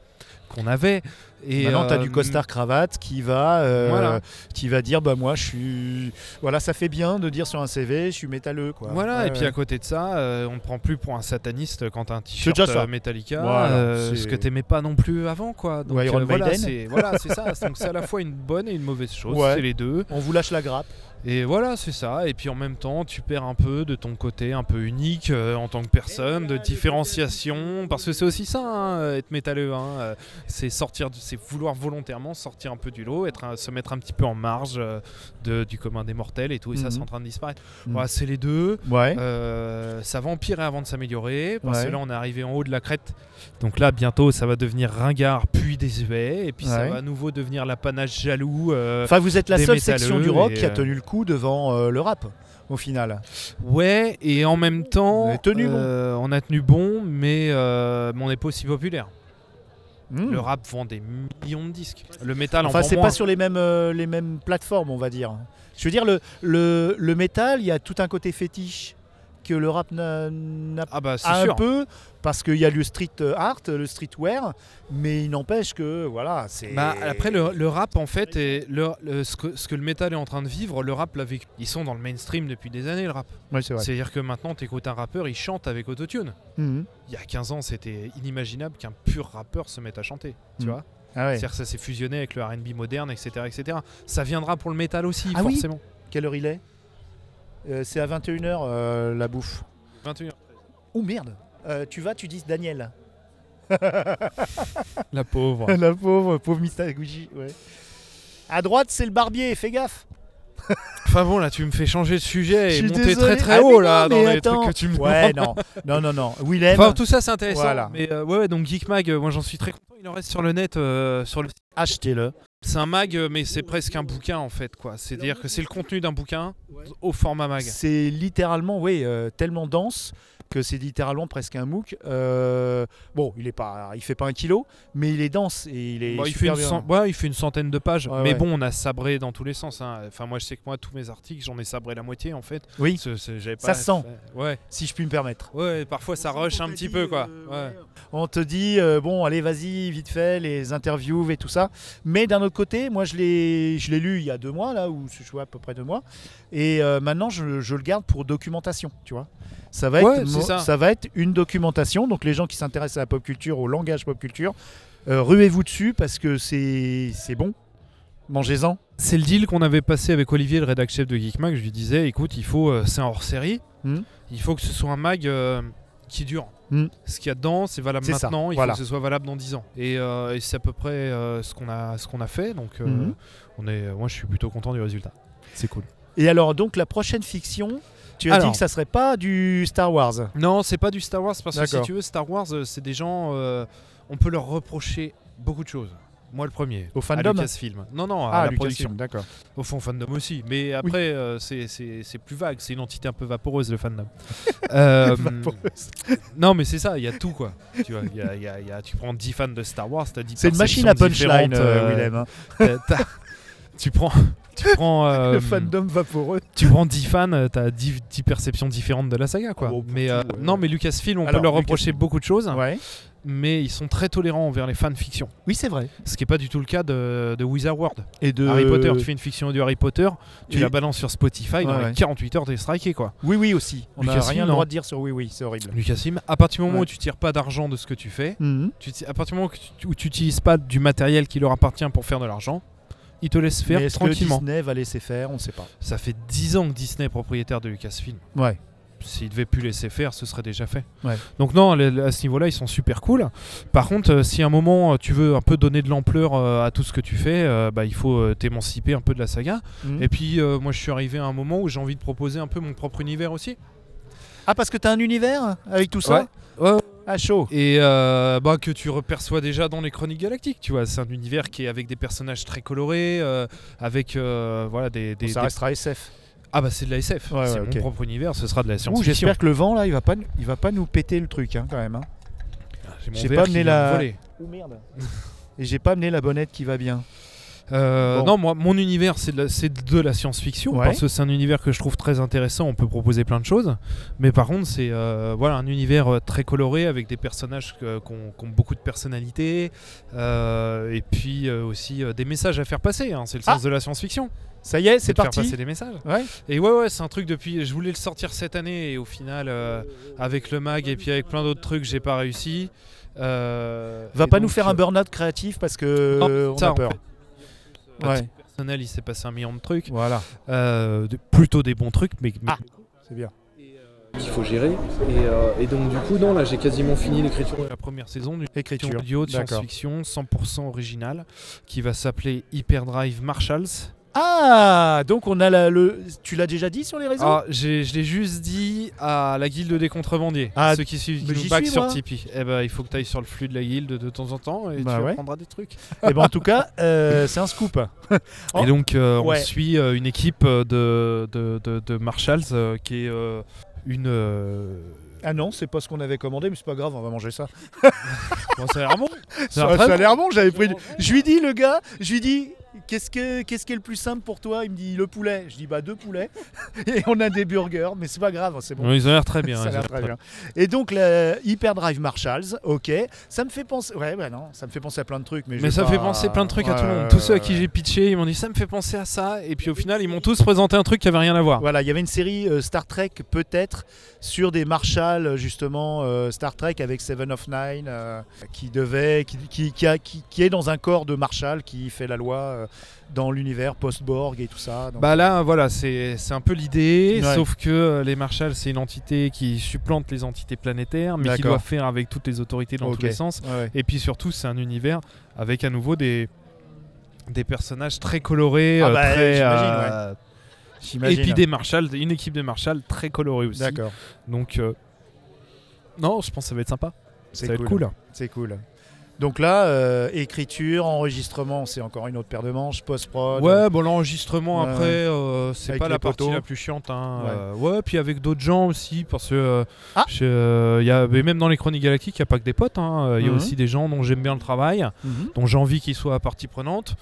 S6: qu'on avait. Et
S4: Maintenant, tu as
S6: euh,
S4: du costard cravate qui va, euh,
S6: Voilà.
S4: qui va dire bah moi je suis voilà ça fait bien de dire sur un CV je suis métalleux quoi.
S6: Voilà,
S4: Ouais,
S6: et puis
S4: ouais.
S6: à côté de ça, euh, on ne prend plus pour un sataniste quand t'as un
S4: C'est
S6: t-shirt
S4: déjà ça.
S6: euh, Metallica,
S4: Voilà,
S6: euh,
S4: c'est-
S6: ce que t'aimais pas non plus avant, quoi. Donc
S4: Ou Iron
S6: euh, voilà,
S4: Maiden.
S6: c'est voilà, c'est ça. Donc c'est à la fois une bonne et une mauvaise chose,
S4: Ouais.
S6: c'est les deux.
S4: On vous lâche la grappe.
S6: Et voilà, c'est ça. Et puis en même temps, tu perds un peu de ton côté un peu unique euh, en tant que personne, de différenciation, parce que c'est aussi ça, hein, être métalleux. hein. Euh, C'est sortir, du- c'est vouloir volontairement sortir un peu du lot, être, un- se mettre un petit peu en marge euh, de- du commun des mortels et tout. Et ça,
S4: Mhm.
S6: c'est en train de disparaître.
S4: Mhm.
S6: Voilà, c'est les deux.
S4: Ouais.
S6: Euh, ça va empirer avant de s'améliorer, parce que
S4: Ouais.
S6: là on est arrivé en haut de la crête. Donc là bientôt ça va devenir ringard puis désuet, et puis ça
S4: Ouais.
S6: va à nouveau devenir l'apanage jaloux. euh,
S4: Enfin vous êtes la
S6: des
S4: seule section
S6: métalleux
S4: du rock
S6: et,
S4: qui a
S6: euh,
S4: tenu le coup devant euh, le rap au final.
S6: ouais, et en même
S4: Vous
S6: temps
S4: avez tenu
S6: euh, on a tenu bon, mais, euh, mais on n'est pas aussi populaire.
S4: Hmm.
S6: Le rap vend des millions de disques. Le métal en
S4: Enfin,
S6: vend
S4: c'est
S6: moins.
S4: pas sur les mêmes, euh, les mêmes plateformes, on va dire. Je veux dire, le, le, le métal, il y a tout un côté fétiche que le rap n'a n'a pas.
S6: Ah bah c'est
S4: Un
S6: sûr.
S4: peu, parce qu'il y a le street euh, art, le streetwear, mais il n'empêche que, voilà, c'est.
S6: Bah, après le, le rap en fait et le, le- ce, que, ce que le métal est en train de vivre, le rap l'a vécu. Ils sont dans le mainstream depuis des années le rap.
S4: Ouais, c'est vrai.
S6: C'est-à-dire que maintenant, t'écoutes un rappeur, il chante avec autotune.
S4: Mhm.
S6: Il y a 15 ans, c'était inimaginable qu'un pur rappeur se mette à chanter. Tu
S4: Mm.
S6: vois
S4: Ah ouais.
S6: C'est-à-dire que ça s'est fusionné avec le RB moderne, etc., etc. Ça viendra pour le métal aussi,
S4: Ah oui
S6: forcément.
S4: Quelle heure il est Euh, C'est à 21h euh, la bouffe.
S6: 21.
S4: Oh merde Euh, Tu vas, tu dis Daniel.
S6: La pauvre.
S4: la pauvre, pauvre Mistaguchi. Ouais. À droite, c'est le barbier, fais gaffe
S6: enfin bon, là, tu me fais changer de
S4: Je
S6: sujet et
S4: suis
S6: monter
S4: désolé.
S6: Eh, très très
S4: Ah, mais
S6: haut là
S4: non,
S6: dans
S4: mais
S6: les trucs
S4: attends.
S6: que tu me
S4: Ouais,
S6: demandes.
S4: non, non, non, non. Willem,
S6: Enfin, tout ça, c'est intéressant.
S4: Voilà.
S6: Mais euh, ouais, ouais, donc Geek Mag, euh, moi j'en suis très content. Il en reste sur le net, euh, sur le
S4: achetez-le.
S6: C'est un mag, euh, mais c'est presque un bouquin en fait, quoi. C'est-à-dire que c'est le contenu d'un bouquin au format mag.
S4: C'est littéralement, oui, euh, tellement dense que c'est littéralement presque un MOOC. Euh, bon, il est pas, il fait pas un kilo, mais il est dense et il est
S6: Bah, il, fait
S4: super
S6: une
S4: bien.
S6: cent- ouais, il fait une centaine de pages,
S4: Ouais,
S6: mais
S4: ouais.
S6: bon, on a sabré dans tous les sens. hein. Enfin, moi, je sais que moi, tous mes articles, j'en ai sabré la moitié en fait.
S4: Oui,
S6: Ce- ce- j'avais
S4: Ça
S6: pas-
S4: sent.
S6: Ouais,
S4: si je puis me permettre.
S6: ouais. Parfois, ça rush un petit peu, quoi.
S4: euh,
S6: Ouais.
S4: On te dit euh, bon, allez, vas-y, vite fait, les interviews et tout ça. Mais d'un autre côté, moi, je l'ai, je l'ai lu il y a deux mois là, ou je vois à peu près deux mois, et euh, maintenant, je, je le garde pour documentation, tu vois. Ça va,
S6: Ouais,
S4: être,
S6: c'est
S4: mo-
S6: ça.
S4: va être une documentation. Donc, les gens qui s'intéressent à la pop culture, au langage pop culture, euh, ruez-vous dessus parce que c'est, c'est bon. Mangez-en.
S6: C'est le deal qu'on avait passé avec Olivier, le rédac chef de Geekmag. Je lui disais, écoute, il faut, euh, c'est un hors-série.
S4: Mhm.
S6: Il faut que ce soit un mag euh, qui dure.
S4: Mhm.
S6: Ce qu'il y a dedans, c'est valable
S4: C'est ça,
S6: maintenant. Il
S4: voilà.
S6: faut que ce soit valable dans 10 ans. Et, euh, et c'est à peu près euh, ce qu'on a, ce qu'on a fait. Donc, euh,
S4: Mhm.
S6: on est, moi, je suis plutôt content du résultat. C'est cool.
S4: Et alors, donc, la prochaine fiction, tu as
S6: Alors.
S4: dit que ça serait pas du Star Wars.
S6: Non, c'est pas du Star Wars parce que si
S4: D'accord.
S6: tu veux, Star Wars, euh, c'est des gens. euh, on peut leur reprocher beaucoup de choses. Moi le premier.
S4: Au fandom
S6: À Lucasfilm. Non, non, à
S4: Ah,
S6: la
S4: Lucasfilm,
S6: production.
S4: d'accord.
S6: Au fond, fandom aussi. Mais après, euh, c'est- c'est c'est plus vague. C'est une entité un peu vaporeuse, le fandom. Euh,
S4: Vaporeuse.
S6: non, mais c'est ça. Il y a tout, quoi. tu, vois, il y a- il y a- il y a- tu prends 10 fans de Star Wars, t'as 10
S4: C'est une machine
S6: perceptions
S4: à punchline,
S6: différentes,
S4: euh,
S6: euh,
S4: Willem. hein.
S6: t'as- t'as- tu prends. Tu prends, euh,
S4: Le fandom vaporeux.
S6: tu prends 10 fans, euh, t'as 10, 10 perceptions différentes de la saga, quoi.
S4: Ah bon, pour
S6: mais
S4: tout,
S6: euh,
S4: ouais,
S6: non,
S4: ouais.
S6: mais Lucasfilm, on
S4: Alors,
S6: peut leur reprocher
S4: Lucasfilm.
S6: beaucoup de choses,
S4: Ouais.
S6: mais ils sont très tolérants envers les fanfictions.
S4: Oui, c'est vrai.
S6: Ce qui n'est pas du tout le cas de, de Wizard World.
S4: Et de
S6: Harry Potter, tu fais une fiction du Harry Potter, Euh, tu
S4: Et-
S6: la balances sur Spotify, dans
S4: Ouais,
S6: les
S4: ouais.
S6: 48 heures, t'es striké, quoi.
S4: Oui, oui aussi. On n'a
S6: Lucasfilm,
S4: rien le
S6: non.
S4: droit de dire sur oui, oui, c'est horrible.
S6: Lucasfilm, à partir du moment
S4: Ouais.
S6: où tu tires pas d'argent de ce que tu fais,
S4: Mhm.
S6: tu ti- à partir du moment que tu- où tu n'utilises pas du matériel qui leur appartient pour faire de l'argent, ils te laissent faire
S4: Mais est-ce que
S6: tranquillement.
S4: Disney va laisser faire On ne sait pas.
S6: Ça fait 10 ans que Disney est propriétaire de Lucasfilm.
S4: Ouais.
S6: S'ils devaient plus laisser faire, ce serait déjà fait.
S4: Ouais.
S6: Donc non, le- le- à ce niveau-là, ils sont super cool. Par contre, euh, si à un moment euh, tu veux un peu donner de l'ampleur euh, à tout ce que tu fais, euh, bah, il faut euh, t'émanciper un peu de la saga.
S4: Mhm.
S6: Et puis euh, moi, je suis arrivé à un moment où j'ai envie de proposer un peu mon propre univers aussi.
S4: Ah, parce que t'as un univers avec tout ça
S6: Ouais. Ouais.
S4: Ah, chaud.
S6: Et euh, bah, que tu reperçois déjà dans les Chroniques Galactiques. Tu vois, c'est un univers qui est avec des personnages très colorés, euh, avec euh, voilà des, des-
S4: ça
S6: des-
S4: restera SF.
S6: ah bah c'est de la SF.
S4: Ouais,
S6: c'est
S4: ouais,
S6: mon
S4: ok.
S6: propre univers. Ce sera de la
S4: Ouh,
S6: science-fiction.
S4: j'espère que le vent là, il va pas, n- il va pas nous péter le truc hein, quand même. hein.
S6: J'ai mon
S4: j'ai
S6: verre
S4: pas
S6: qui
S4: amené
S6: vient de
S4: la-
S6: voler.
S4: Et j'ai pas amené la bonnette qui va bien.
S6: Euh,
S4: Bon.
S6: Non, moi, mon univers, c'est de la, c'est de la science-fiction
S4: Ouais.
S6: parce que c'est un univers que je trouve très intéressant. On peut proposer plein de choses, mais par contre, c'est euh, voilà un univers euh, très coloré avec des personnages que- qu'on- qui ont beaucoup de personnalité euh, et puis euh, aussi euh, des messages à faire passer. hein. C'est le sens de la science-fiction.
S4: Ça y est, Ah c'est
S6: de Faire
S4: parti.
S6: passer des messages.
S4: Ouais.
S6: Et ouais, ouais, c'est un truc depuis. Je voulais le sortir cette année et au final, euh, avec le mag et puis avec plein d'autres trucs, j'ai pas réussi. Euh,
S4: Va
S6: et
S4: pas nous
S6: donc,
S4: faire un
S6: euh,
S4: burn-out créatif parce que
S6: Non,
S4: euh, on
S6: ça,
S4: a
S6: en
S4: peur.
S6: fait. à
S4: Ouais.
S6: titre personnel, il s'est passé un million de trucs.
S4: Voilà,
S6: Euh, de- plutôt des bons trucs, mais, mais
S4: c'est bien.
S2: qu'il faut gérer. Et, euh, et donc du coup, non, là j'ai quasiment fini l'écriture.
S6: la première saison d'une écriture
S4: Écriture.
S6: audio de
S4: D'accord.
S6: science-fiction 100% originale qui va s'appeler Hyperdrive Marshalls.
S4: Ah, donc on a la- le. Tu l'as déjà dit sur les réseaux
S6: Ah, j'ai- je l'ai juste dit à la guilde des contrebandiers,
S4: Ah,
S6: ceux qui suivent qui
S4: mais
S6: nous
S4: j'y
S6: back
S4: suis,
S6: sur
S4: moi.
S6: Tipeee. Eh ben, il faut que tu ailles sur le flux de la guilde de temps en temps et
S4: Bah
S6: tu
S4: ouais.
S6: apprendras des trucs.
S4: Et ben en tout cas, euh, c'est un scoop. Oh.
S6: Et donc, euh,
S4: Ouais.
S6: on suit euh, une équipe euh, de, de, de- de Marshalls euh, qui est euh, une. euh,
S4: Ah non, c'est pas ce qu'on avait commandé, mais c'est pas grave, on va manger ça.
S6: bon, ça a l'air bon. Ça a
S4: Ça,
S6: l'air très
S4: ça a l'air bon, j'avais pris. du- Je lui dis, le gars, je lui dis, qu'est-ce que qu'est-ce qui est le plus simple pour toi Il me dit le poulet. Je dis bah deux poulets et on a des burgers, mais c'est pas grave, hein, c'est bon.
S6: Ouais, Ils ont l'air très bien.
S4: Ça
S6: ils
S4: a
S6: ont
S4: l'air
S6: l'air
S4: très bien. Et donc la Hyperdrive Marshalls, ok, ça me fait penser, ouais, ouais, non, ça me fait penser à plein de trucs, mais, je
S6: Mais
S4: vais
S6: ça
S4: pas-
S6: fait penser plein de trucs à
S4: Ouais,
S6: tout le
S4: ouais,
S6: monde. Tous ceux à
S4: ouais,
S6: qui
S4: ouais.
S6: j'ai pitché, ils m'ont dit ça me fait penser à ça. Et puis au final, ils m'ont tous présenté un truc qui avait rien à voir.
S4: Voilà, il y avait une série euh, Star Trek peut-être sur des Marshall justement euh, Star Trek avec Seven of Nine euh, qui devait qui, qui, qui a- qui- qui est dans un corps de Marshall qui fait la loi euh, dans l'univers post-Borg et tout ça. donc-
S6: Bah là, voilà, c'est c'est un peu l'idée.
S4: Ouais.
S6: Sauf que euh, les Marshalls, c'est une entité qui supplante les entités planétaires, mais qui
S4: D'accord.
S6: doit faire avec toutes les autorités dans
S4: Ok.
S6: tous les sens.
S4: Ouais, ouais.
S6: Et puis surtout, c'est un univers avec à nouveau des, des personnages très colorés,
S4: Ah
S6: euh,
S4: bah,
S6: très.
S4: j'imagine,
S6: euh, Et
S4: J'imagine.
S6: puis des Marshalls, une équipe des Marshalls très colorée aussi.
S4: D'accord.
S6: Donc. euh, Non, je pense que ça va être sympa. Ça
S4: C'est
S6: va
S4: cool.
S6: être cool.
S4: C'est cool. Donc là, euh, écriture, enregistrement, c'est encore une autre paire de manches, post-prod.
S6: Ouais, bon, l'enregistrement
S4: Ouais,
S6: après,
S4: ouais.
S6: euh, c'est
S4: Avec
S6: pas
S4: les
S6: la partie
S4: poteaux.
S6: la plus chiante. Hein.
S4: Ouais.
S6: Euh, Ouais, puis avec d'autres gens aussi, parce que euh,
S4: Ah.
S6: je- euh, y a, mais même dans les Chroniques Galactiques, il n'y a pas que des potes. Il y a
S4: Mhm.
S6: aussi des gens dont j'aime bien le travail,
S4: Mhm.
S6: dont j'ai envie qu'ils soient partie prenante.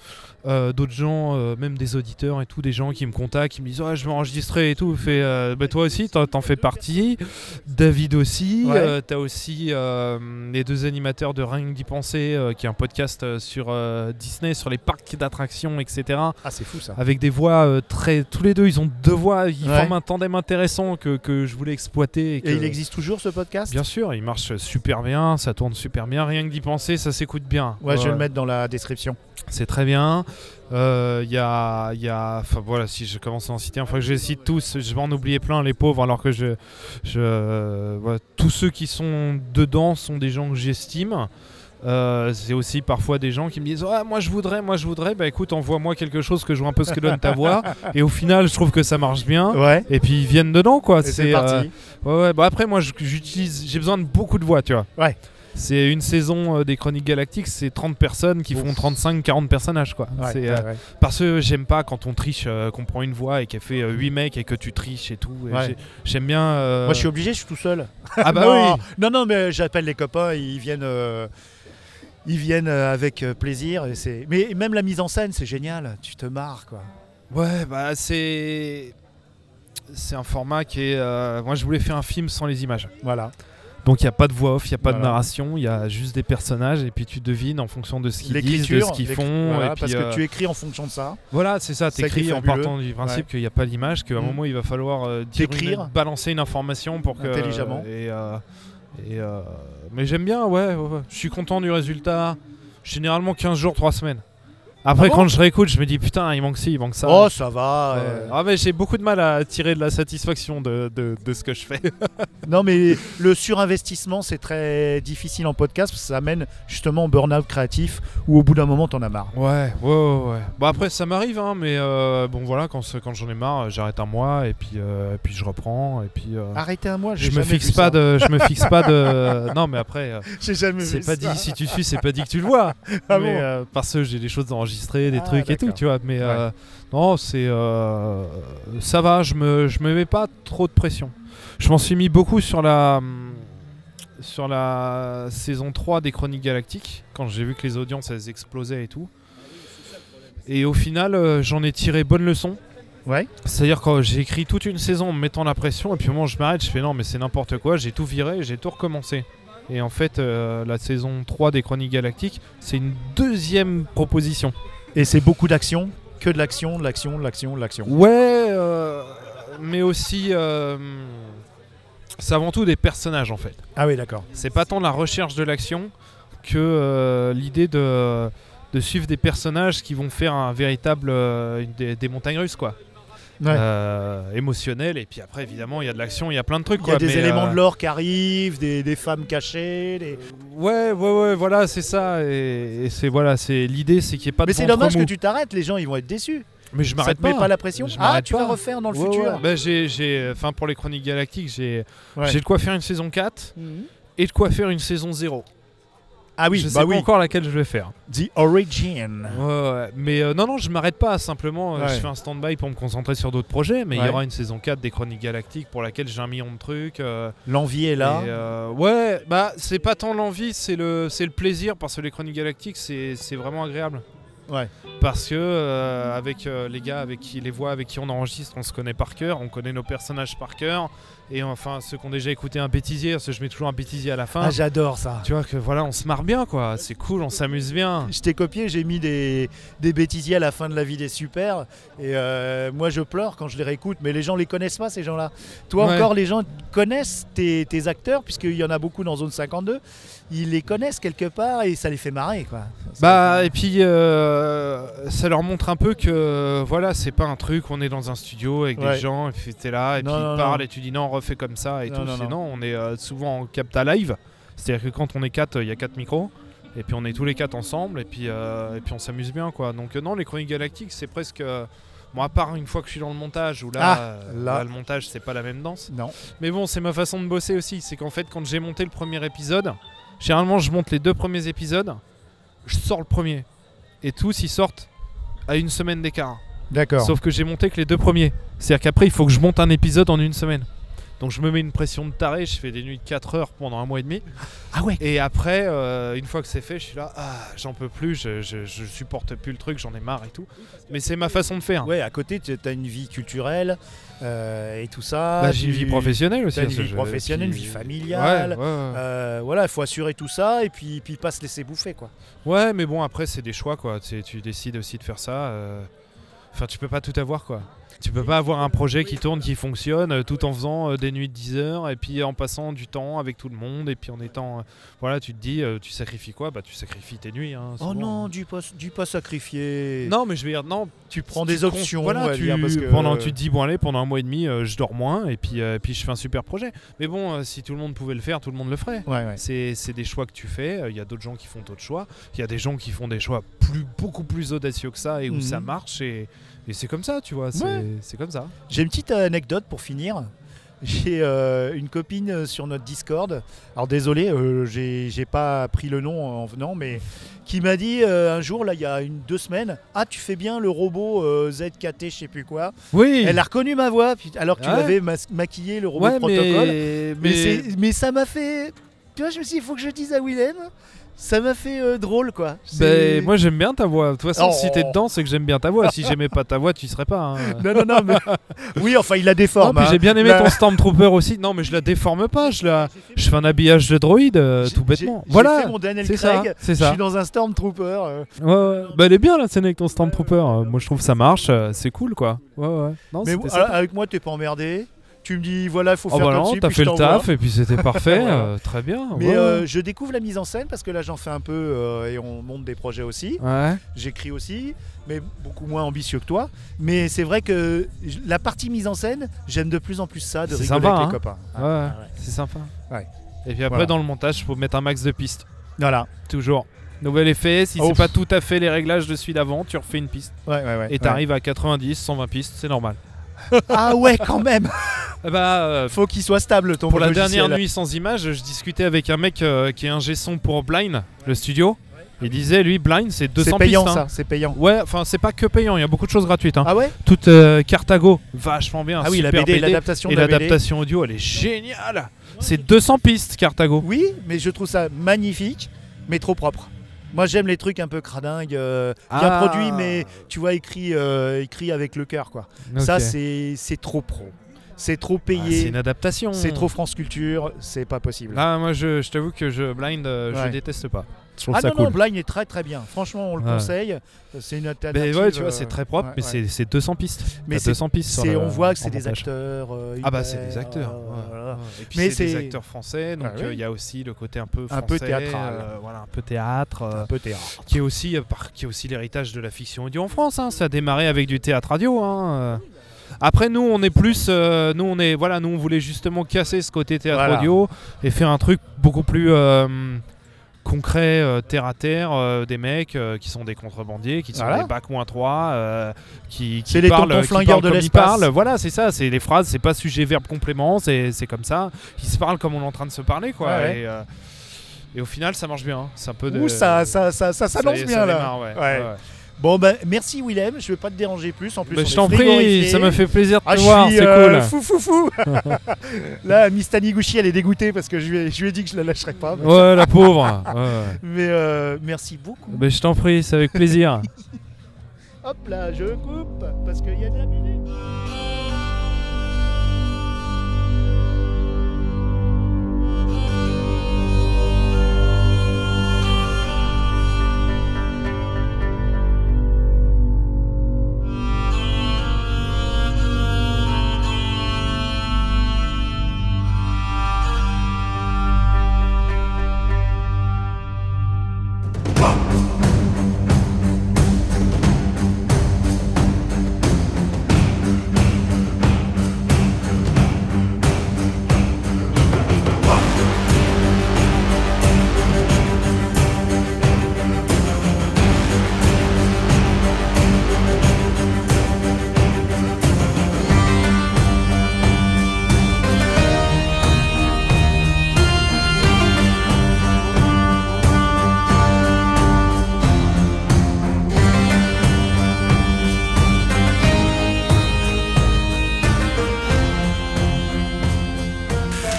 S6: Euh, d'autres gens, euh, même des auditeurs et tout, des gens qui me contactent, qui me disent ouais, Je vais enregistrer et tout. Fait, euh, bah, toi aussi, t'en t'en fais partie. David aussi.
S4: Ouais.
S6: Euh, T'as aussi euh, les deux animateurs de Ring d'y penser, euh, qui est un podcast euh, sur euh, Disney, sur les parcs d'attractions, etc
S4: Ah, c'est fou ça.
S6: avec des voix euh, très. Tous les deux, ils ont deux voix, ils
S4: Ouais.
S6: forment un tandem intéressant que, que je voulais exploiter. Et, que-
S4: Et il existe toujours ce
S6: euh,
S4: podcast
S6: Bien sûr, il marche super bien, ça tourne super bien, rien que d'y penser, ça s'écoute bien.
S4: Ouais, je vais le mettre dans la description.
S6: C'est très bien. Euh, Il y a. il y a- Enfin voilà, si je commence à en citer, une fois que je les cite tous, je vais en oublier plein, les pauvres, alors que je. je euh, voilà, tous ceux qui sont dedans sont des gens que j'estime. Euh, c'est aussi parfois des gens qui me disent ah moi je voudrais moi je voudrais bah écoute envoie-moi quelque chose que je vois un peu ce que donne ta voix et au final je trouve que ça marche bien
S4: Ouais.
S6: et puis ils viennent dedans quoi
S4: Et C'est
S6: euh,
S4: parti.
S6: ouais, ouais. Bah, après moi je- j'utilise j'ai besoin de beaucoup de voix tu vois
S4: Ouais.
S6: C'est une saison euh, des Chroniques Galactiques, c'est 30 personnes qui font 35-40 personnages quoi.
S5: Ouais,
S6: C'est,
S5: ouais,
S6: euh,
S5: ouais.
S6: parce que j'aime pas quand on triche, euh, qu'on prend une voix et qu'elle fait 8 mecs et que tu triches et tout. et
S4: Ouais.
S6: j'ai- J'aime bien. euh,
S5: Moi, je suis obligé, je suis tout seul.
S6: Ah bah
S4: non,
S6: oui.
S4: Non, non, mais j'appelle les copains, ils viennent, euh, ils viennent euh, avec euh, plaisir. Et c'est... Mais même la mise en scène, c'est génial, tu te marres, quoi.
S6: Ouais, bah c'est. C'est un format qui est. euh, Moi, je voulais faire un film sans les images.
S4: Voilà.
S6: Donc, il n'y a pas de voix off, il n'y a pas de
S4: Voilà.
S6: narration, il y a juste des personnages et puis tu devines en fonction de ce qu'ils disent, de
S4: L'écriture,
S6: ce qu'ils
S4: l'écri-
S6: font.
S4: voilà,
S6: et puis,
S4: parce
S6: euh,
S4: que tu écris en fonction de ça.
S6: Voilà, c'est ça,
S4: C'est ça qui est
S6: t'écris en
S4: fabuleux.
S6: partant du principe
S4: Ouais.
S6: qu'il n'y a pas d'image, qu'à un
S4: Mm.
S6: moment il va falloir euh, dire une-
S4: T'écrire.
S6: balancer une information pour que.
S4: Intelligemment.
S6: et, euh, et, euh, mais j'aime bien, ouais, ouais, ouais. je suis content du résultat. Généralement 15 jours, 3 semaines. Après,
S4: Ah bon
S6: quand je réécoute, je me dis putain, il manque ci, il manque ça.
S4: Oh, ça
S6: Euh,
S4: va. euh.
S6: Ah, mais j'ai beaucoup de mal à tirer de la satisfaction de, de- de ce que je fais.
S4: Non, mais le surinvestissement, c'est très difficile en podcast parce que ça amène justement au burn-out créatif où au bout d'un moment, t'en as marre.
S6: Ouais, ouais, ouais. ouais. Bon, après, ça m'arrive, hein, mais euh, bon, voilà, quand, ce- quand j'en ai marre, j'arrête un mois et puis, euh, et puis je reprends. Et puis, euh,
S4: Arrêtez à moi, j'ai
S6: je, me
S4: jamais
S6: fixe
S4: vu
S6: pas
S4: ça.
S6: de, je me fixe pas de. Non, mais après, euh,
S4: J'ai jamais vu
S6: c'est pas
S4: ça.
S6: dit si tu suis, c'est pas dit que tu le vois.
S4: Ah
S6: mais,
S4: bon
S6: euh, parce que j'ai des choses enregistrées, des
S4: Ah,
S6: trucs et tout,
S4: d'accord.
S6: tu vois. Mais euh, non, c'est. euh, ça va, je me, je me mets pas trop de pression. Je m'en suis mis beaucoup sur la. hum, Sur la saison 3 des Chroniques Galactiques, quand j'ai vu que les audiences elles explosaient et tout. Et au final, euh, j'en ai tiré bonne leçon.
S4: Ouais.
S6: C'est-à-dire que j'ai écrit toute une saison en me mettant la pression, et puis au moment où je m'arrête, je fais non, mais c'est n'importe quoi, j'ai tout viré, j'ai tout recommencé. Et en fait, euh, la saison 3 des Chroniques Galactiques, c'est une deuxième proposition.
S4: Et c'est beaucoup d'action, que de l'action, de l'action, de l'action, de l'action.
S6: Ouais, euh, mais aussi. euh, c'est avant tout des personnages en fait.
S4: Ah oui, d'accord.
S6: C'est pas tant la recherche de l'action que euh, l'idée de, de suivre des personnages qui vont faire un véritable. euh, une des, des montagnes russes quoi.
S4: Ouais.
S6: Euh, émotionnel, et puis après évidemment il y a de l'action, il y a plein de trucs
S4: Il y a
S6: quoi,
S4: des
S6: mais,
S4: éléments
S6: euh,
S4: de l'or qui arrivent, des, des femmes cachées. des-
S6: Ouais, ouais, ouais, voilà, c'est ça. Et, et c'est voilà, c'est l'idée, c'est qu'il n'y ait pas de.
S4: Mais c'est
S6: ventre
S4: dommage que
S6: mou.
S4: tu t'arrêtes, les gens ils vont être déçus.
S6: Mais je
S4: Ça
S6: m'arrête
S4: te met
S6: pas.
S4: pas la pression
S6: Je
S4: Ah,
S6: m'arrête
S4: tu vas
S6: pas.
S4: refaire dans le
S6: Ouais,
S4: futur.
S6: ouais. Bah, j'ai, j'ai, enfin pour les chroniques galactiques, j'ai,
S4: Ouais.
S6: j'ai de quoi faire une saison 4 et de quoi faire une saison 0.
S4: Ah oui,
S6: je sais
S4: bah
S6: pas
S4: oui.
S6: encore laquelle je vais faire.
S4: The Origin.
S6: Ouais, ouais. Mais euh, non, non, je m'arrête pas. Simplement, euh,
S4: Ouais.
S6: je fais un stand-by pour me concentrer sur d'autres projets. Mais il y
S4: Ouais.
S6: aura une saison 4 des chroniques galactiques pour laquelle j'ai un million de trucs. euh,
S4: L'envie est là.
S6: Et, euh, ouais, bah c'est pas tant l'envie, c'est le, c'est le plaisir parce que les chroniques galactiques c'est, c'est vraiment agréable.
S4: Ouais.
S6: Parce que euh, avec euh, les gars, avec qui les voix, avec qui on enregistre, on se connaît par cœur, on connaît nos personnages par cœur, et enfin ceux qui ont déjà écouté un bêtisier, parce que je mets toujours un bêtisier à la fin.
S4: Ah, j'adore ça.
S6: tu vois que voilà, on se marre bien quoi, c'est cool, on s'amuse bien.
S4: Je t'ai copié, j'ai mis des, des bêtisiers à la fin de la vie des super. Et euh, moi, je pleure quand je les réécoute, mais les gens les connaissent pas, ces gens-là. Toi
S6: Ouais.
S4: encore, les gens connaissent tes, tes acteurs, puisqu'il y en a beaucoup dans Zone 52. Ils les connaissent quelque part et ça les fait marrer, quoi.
S6: Bah et puis euh, ça leur montre un peu que voilà c'est pas un truc on est dans un studio avec
S4: Ouais.
S6: des gens et puis t'es là et
S4: Non,
S6: puis
S4: non,
S6: ils parlent
S4: non.
S6: et tu dis non refais comme ça et
S4: Non,
S6: tout
S4: non,
S6: c'est non.
S4: non.
S6: on est euh, souvent en capta live c'est à dire que quand on est quatre il y a quatre micros et puis on est tous les quatre ensemble et puis euh, et puis on s'amuse bien quoi donc euh, non les chroniques galactiques c'est presque euh, bon à part une fois que je suis dans le montage où là,
S4: Ah,
S6: euh,
S4: là.
S6: là le montage c'est pas la même danse
S4: Non.
S6: mais bon, c'est ma façon de bosser aussi. C'est qu'en fait, quand j'ai monté le premier épisode, généralement, je monte les deux premiers épisodes, je sors le premier. Et tous, ils sortent à une semaine d'écart.
S4: D'accord.
S6: Sauf que j'ai monté que les deux premiers. C'est-à-dire qu'après, il faut que je monte un épisode en une semaine. Donc je me mets une pression de taré, je fais des nuits de 4 heures pendant un mois et demi.
S4: Ah ouais.
S6: Et après, euh, une fois que c'est fait, je suis là, ah, j'en peux plus, je, je- je supporte plus le truc, j'en ai marre et tout. Mais c'est ma façon de faire.
S4: Ouais, à côté, tu as une vie culturelle euh, et tout ça.
S6: Bah, j'ai une
S4: Tu-
S6: vie professionnelle aussi.
S4: t'as une
S6: parce que
S4: vie
S6: je-
S4: professionnelle, une
S6: puis-
S4: vie familiale.
S6: Ouais, ouais, ouais.
S4: Euh, voilà, il faut assurer tout ça et puis, puis pas se laisser bouffer, quoi.
S6: Ouais, mais bon, après, c'est des choix, quoi. Tu, sais, tu décides aussi de faire ça. euh. Enfin, tu peux pas tout avoir, quoi. Tu peux pas avoir un projet qui tourne, qui fonctionne, euh, tout en faisant euh, des nuits de 10 heures, et puis en passant du temps avec tout le monde, et puis en étant. euh, voilà, tu te dis, euh, tu sacrifies quoi Bah, tu sacrifies tes nuits. hein,
S4: Oh
S6: souvent.
S4: non, du pas, du pas sacrifié.
S6: Non, mais je vais dire, non, tu
S4: prends
S6: tu
S4: des
S6: con-
S4: options, on
S6: Voilà,
S4: va
S6: tu,
S4: dire, parce que-
S6: pendant, tu te dis, bon, allez, pendant un mois et demi, euh, je dors moins, et puis, euh, et puis je fais un super projet. Mais bon, euh, si tout le monde pouvait le faire, tout le monde le ferait.
S4: Ouais, ouais.
S6: C'est c'est des choix que tu fais. euh, Il y a d'autres gens qui font d'autres choix. Il y a des gens qui font des choix plus, beaucoup plus audacieux que ça et où
S4: Mhm.
S6: ça marche. Et, et c'est comme ça, tu vois. C'est
S4: Ouais.
S6: c'est comme ça.
S4: J'ai une petite anecdote pour finir. J'ai euh, une copine euh, sur notre Discord. Alors désolé, euh, j'ai j'ai pas pris le nom en venant, mais qui m'a dit euh, un jour, là, il y a une deux semaines, ah tu fais bien le robot euh, ZKT, je sais plus quoi.
S6: Oui.
S4: Elle a reconnu ma voix, puis- alors que tu
S6: Ouais.
S4: l'avais mas- maquillé le robot
S6: Ouais,
S4: de protocole.
S6: mais,
S4: Mais,
S6: mais-
S4: c'est- mais ça m'a fait. Tu vois, je me suis dit, il faut que je dise à Willem. Ça m'a fait euh, drôle, quoi. C'est-
S6: Ben, moi j'aime bien ta voix. De toute façon,
S4: Oh.
S6: si t'es dedans, c'est que j'aime bien ta voix. Si j'aimais pas ta voix, tu y serais pas. hein.
S4: Non, non, non, mais. oui, enfin, il a des
S6: Non,
S4: formes.
S6: puis
S4: hein.
S6: j'ai bien aimé
S4: Là-
S6: ton Stormtrooper aussi. Non, mais je la déforme pas. Je la, je fais un habillage de droïde, euh,
S4: J'ai-
S6: tout bêtement.
S4: j'ai- j'ai fait
S6: Voilà.
S4: mon Daniel
S6: C'est ça.
S4: Craig,
S6: C'est
S4: Je
S6: ça.
S4: suis dans un Stormtrooper. euh.
S6: Ouais, ouais. Bah, elle est bien la scène avec ton Stormtrooper. Euh, Moi, je trouve ça marche. euh, C'est cool, quoi. Ouais, ouais. Non,
S4: mais
S6: c'était
S4: ah,
S6: sympa.
S4: avec moi, t'es pas emmerdé. Tu me dis, voilà, il faut
S6: Oh
S4: faire
S6: bah
S4: comme
S6: non,
S4: ci,
S6: t'as
S4: puis
S6: fait
S4: je
S6: le
S4: t'envoie.
S6: taf et puis c'était parfait,
S4: Voilà.
S6: euh, très bien.
S4: Mais
S6: ouais, ouais.
S4: euh, je découvre la mise en scène parce que là, j'en fais un peu euh, et on monte des projets aussi.
S6: Ouais.
S4: J'écris aussi, mais beaucoup moins ambitieux que toi. Mais c'est vrai que j- la partie mise en scène, j'aime de plus en plus ça, de
S6: C'est
S4: rigoler
S6: sympa,
S4: avec
S6: hein.
S4: les copains.
S6: Ouais,
S4: Ah,
S6: ouais,
S4: ouais.
S6: c'est sympa.
S4: Ouais.
S6: Et puis après,
S4: Voilà.
S6: dans le montage, faut mettre un max de pistes.
S4: Voilà.
S6: Toujours. Nouvel effet, si
S4: Oh.
S6: c'est pas tout à fait les réglages de celui d'avant, tu refais une piste.
S4: Ouais, ouais, ouais.
S6: Et t'arrives à 90, 120 pistes, c'est normal.
S4: Ah ouais, quand même.
S6: Ah Bah, euh,
S4: Faut qu'il soit stable ton
S6: pour la
S4: logiciel.
S6: dernière nuit sans images, je discutais avec un mec euh, qui est un son pour Blind, le studio. Il disait, lui, Blind, c'est 200
S4: C'est payant
S6: pistes. hein.
S4: ça, c'est payant.
S6: Ouais, enfin, c'est pas que payant, il y a beaucoup de choses gratuites. hein.
S4: Ah ouais
S6: Toute euh, Carthago, vachement bien.
S4: Ah oui, la
S6: super
S4: BD, l'adaptation
S6: Et
S4: de la BD.
S6: l'adaptation audio, elle est géniale. C'est 200 pistes, Carthago.
S4: Oui, mais je trouve ça magnifique, mais trop propre. Moi, j'aime les trucs un peu cradingues, euh, bien
S6: Ah.
S4: produits, mais tu vois, écrit, euh, écrit avec le cœur, quoi. Ça,
S6: Ok.
S4: c'est c'est trop pro. C'est trop
S6: Ah, c'est
S4: payé.
S6: une Ah, adaptation.
S4: c'est trop France Culture. C'est pas possible.
S6: Là, moi, je, je t'avoue que je blind, euh,
S4: Ouais.
S6: je déteste pas. Je trouve
S4: ah
S6: ça
S4: non,
S6: cool.
S4: non, Blind est très très bien. Franchement, on le
S6: Ouais.
S4: conseille. C'est une alternative.
S6: mais ouais, tu vois,
S4: euh,
S6: c'est très propre,
S4: ouais,
S6: mais
S4: ouais.
S6: c'est- c'est 200 pistes.
S4: Mais
S6: T'as
S4: c'est-
S6: 200 pistes. sur
S4: c'est-
S6: le-
S4: on voit que
S6: en
S4: c'est des
S6: montage.
S4: acteurs. euh,
S6: Ah bah c'est
S4: hyper,
S6: des acteurs.
S4: euh,
S6: ouais,
S4: voilà.
S6: ouais. Et puis
S4: Mais
S6: c'est des
S4: c'est-
S6: acteurs français, donc euh,
S4: Ah
S6: il
S4: oui.
S6: y a aussi le côté un peu français,
S4: Un peu théâtral.
S6: euh, voilà, un peu théâtre, euh,
S4: Un peu théâtre.
S6: qui est aussi euh, par- qui est aussi l'héritage de la fiction audio en France. hein. Ça a démarré avec du théâtre radio. hein, euh. Après nous, on est plus, euh, nous on est, voilà, nous on voulait justement casser ce côté théâtre
S4: Voilà.
S6: audio et faire un truc beaucoup plus euh, concret, euh, terre à terre, euh, des mecs euh, qui sont des contrebandiers, qui sont
S4: Voilà.
S6: des bacs moins 3 qui, qui
S4: C'est les
S6: parlent,
S4: tontons
S6: qui
S4: flingueurs
S6: parlent
S4: de
S6: comme ils
S4: l'espace.
S6: parlent. Voilà, c'est ça, c'est les phrases, c'est pas sujet, verbe, complément, c'est c'est comme ça. Ils se parlent comme on est en train de se parler, quoi.
S4: Ouais, ouais.
S6: Et, euh, et au final, ça marche bien. hein. C'est un peu de.
S4: Ouh, ça, ça, ça, ça,
S6: Ça
S4: s'annonce
S6: y est,
S4: bien
S6: ça
S4: là.
S6: démarre, ouais.
S4: Ouais.
S6: Ouais.
S4: Bon ben merci Willem, je vais pas te déranger plus en plus.
S6: Bah,
S4: on
S6: je
S4: est
S6: t'en prie,
S4: frigorifié.
S6: ça m'a fait plaisir de te
S4: Ah, je
S6: voir,
S4: suis
S6: c'est
S4: euh,
S6: cool.
S4: fou fou fou. Là, Miss Taniguchi, elle est dégoûtée parce que je lui ai, je lui ai dit que je la lâcherais pas.
S6: Ouais, la pauvre. Ouais, ouais.
S4: Mais euh, merci beaucoup.
S6: Bah, je t'en prie, c'est avec plaisir.
S4: Hop là, je coupe parce qu'il y a de la musique.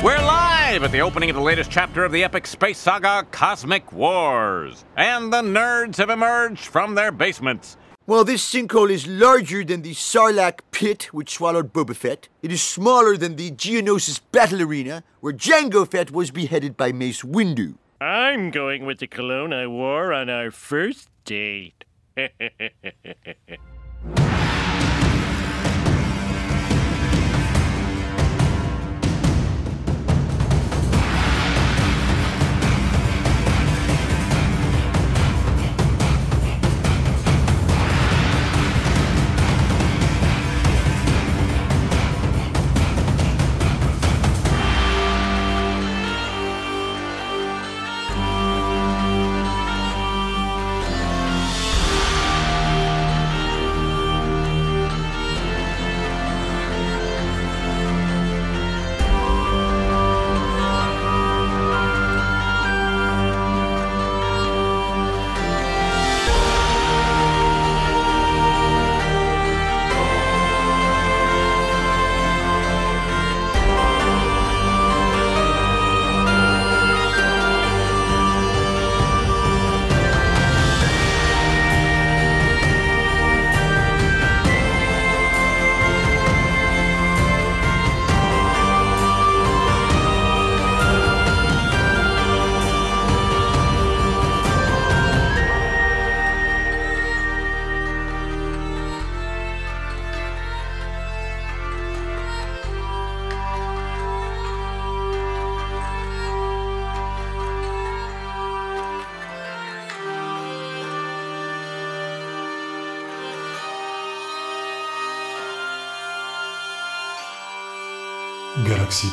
S5: We're live at the opening of the latest chapter of the epic space saga Cosmic Wars. And the nerds have emerged from their basements.
S7: While this sinkhole is larger than the Sarlacc pit which swallowed Boba Fett, it is smaller than the Geonosis battle arena where Jango Fett was beheaded by Mace Windu.
S1: I'm going with the cologne I wore on our first date.
S8: Galaxy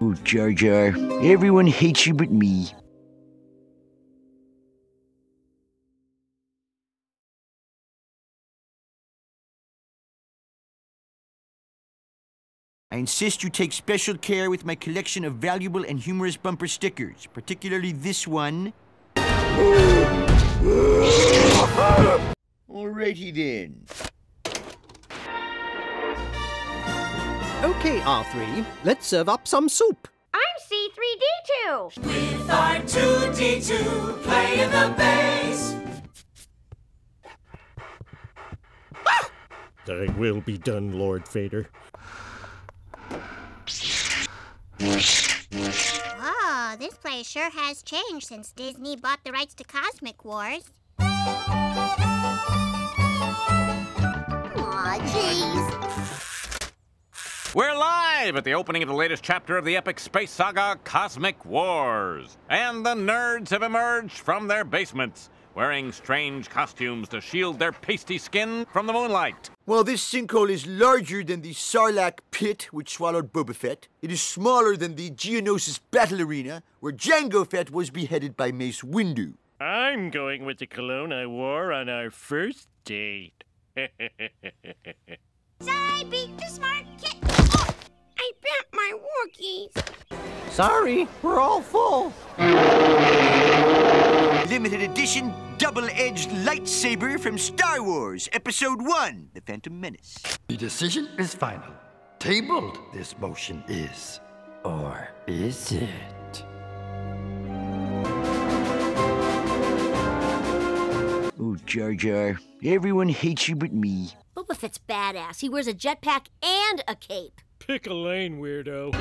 S7: Oh, Jar Jar, everyone hates you but me. I insist you take special care with my collection of valuable and humorous bumper stickers, particularly this one. Alrighty then.
S9: Okay, R3, let's serve up some soup.
S10: I'm C3D2.
S11: Thy will be done, Lord Vader.
S10: Whoa, this place sure has changed since Disney bought the rights to Cosmic Wars. Aw, jeez.
S5: We're live at the opening of the latest chapter of the epic space saga Cosmic Wars. And the nerds have emerged from their basements, wearing strange costumes to shield their pasty skin from the moonlight.
S7: While this sinkhole is larger than the Sarlacc pit which swallowed Boba Fett, it is smaller than the Geonosis battle arena where Jango Fett was beheaded by Mace Windu.
S1: I'm going with the cologne I wore on our first date.
S10: I beat the smart kid. Oh, I bent my Wookiees.
S9: Sorry, we're all full.
S7: Limited edition double-edged lightsaber from Star Wars Episode 1, The Phantom Menace.
S12: The decision is final. Tabled, this motion is. Or is it?
S7: Oh, Jar Jar, everyone hates you but me.
S10: Boba Fett's badass. He wears a jetpack and a cape.
S1: Pick a lane, weirdo.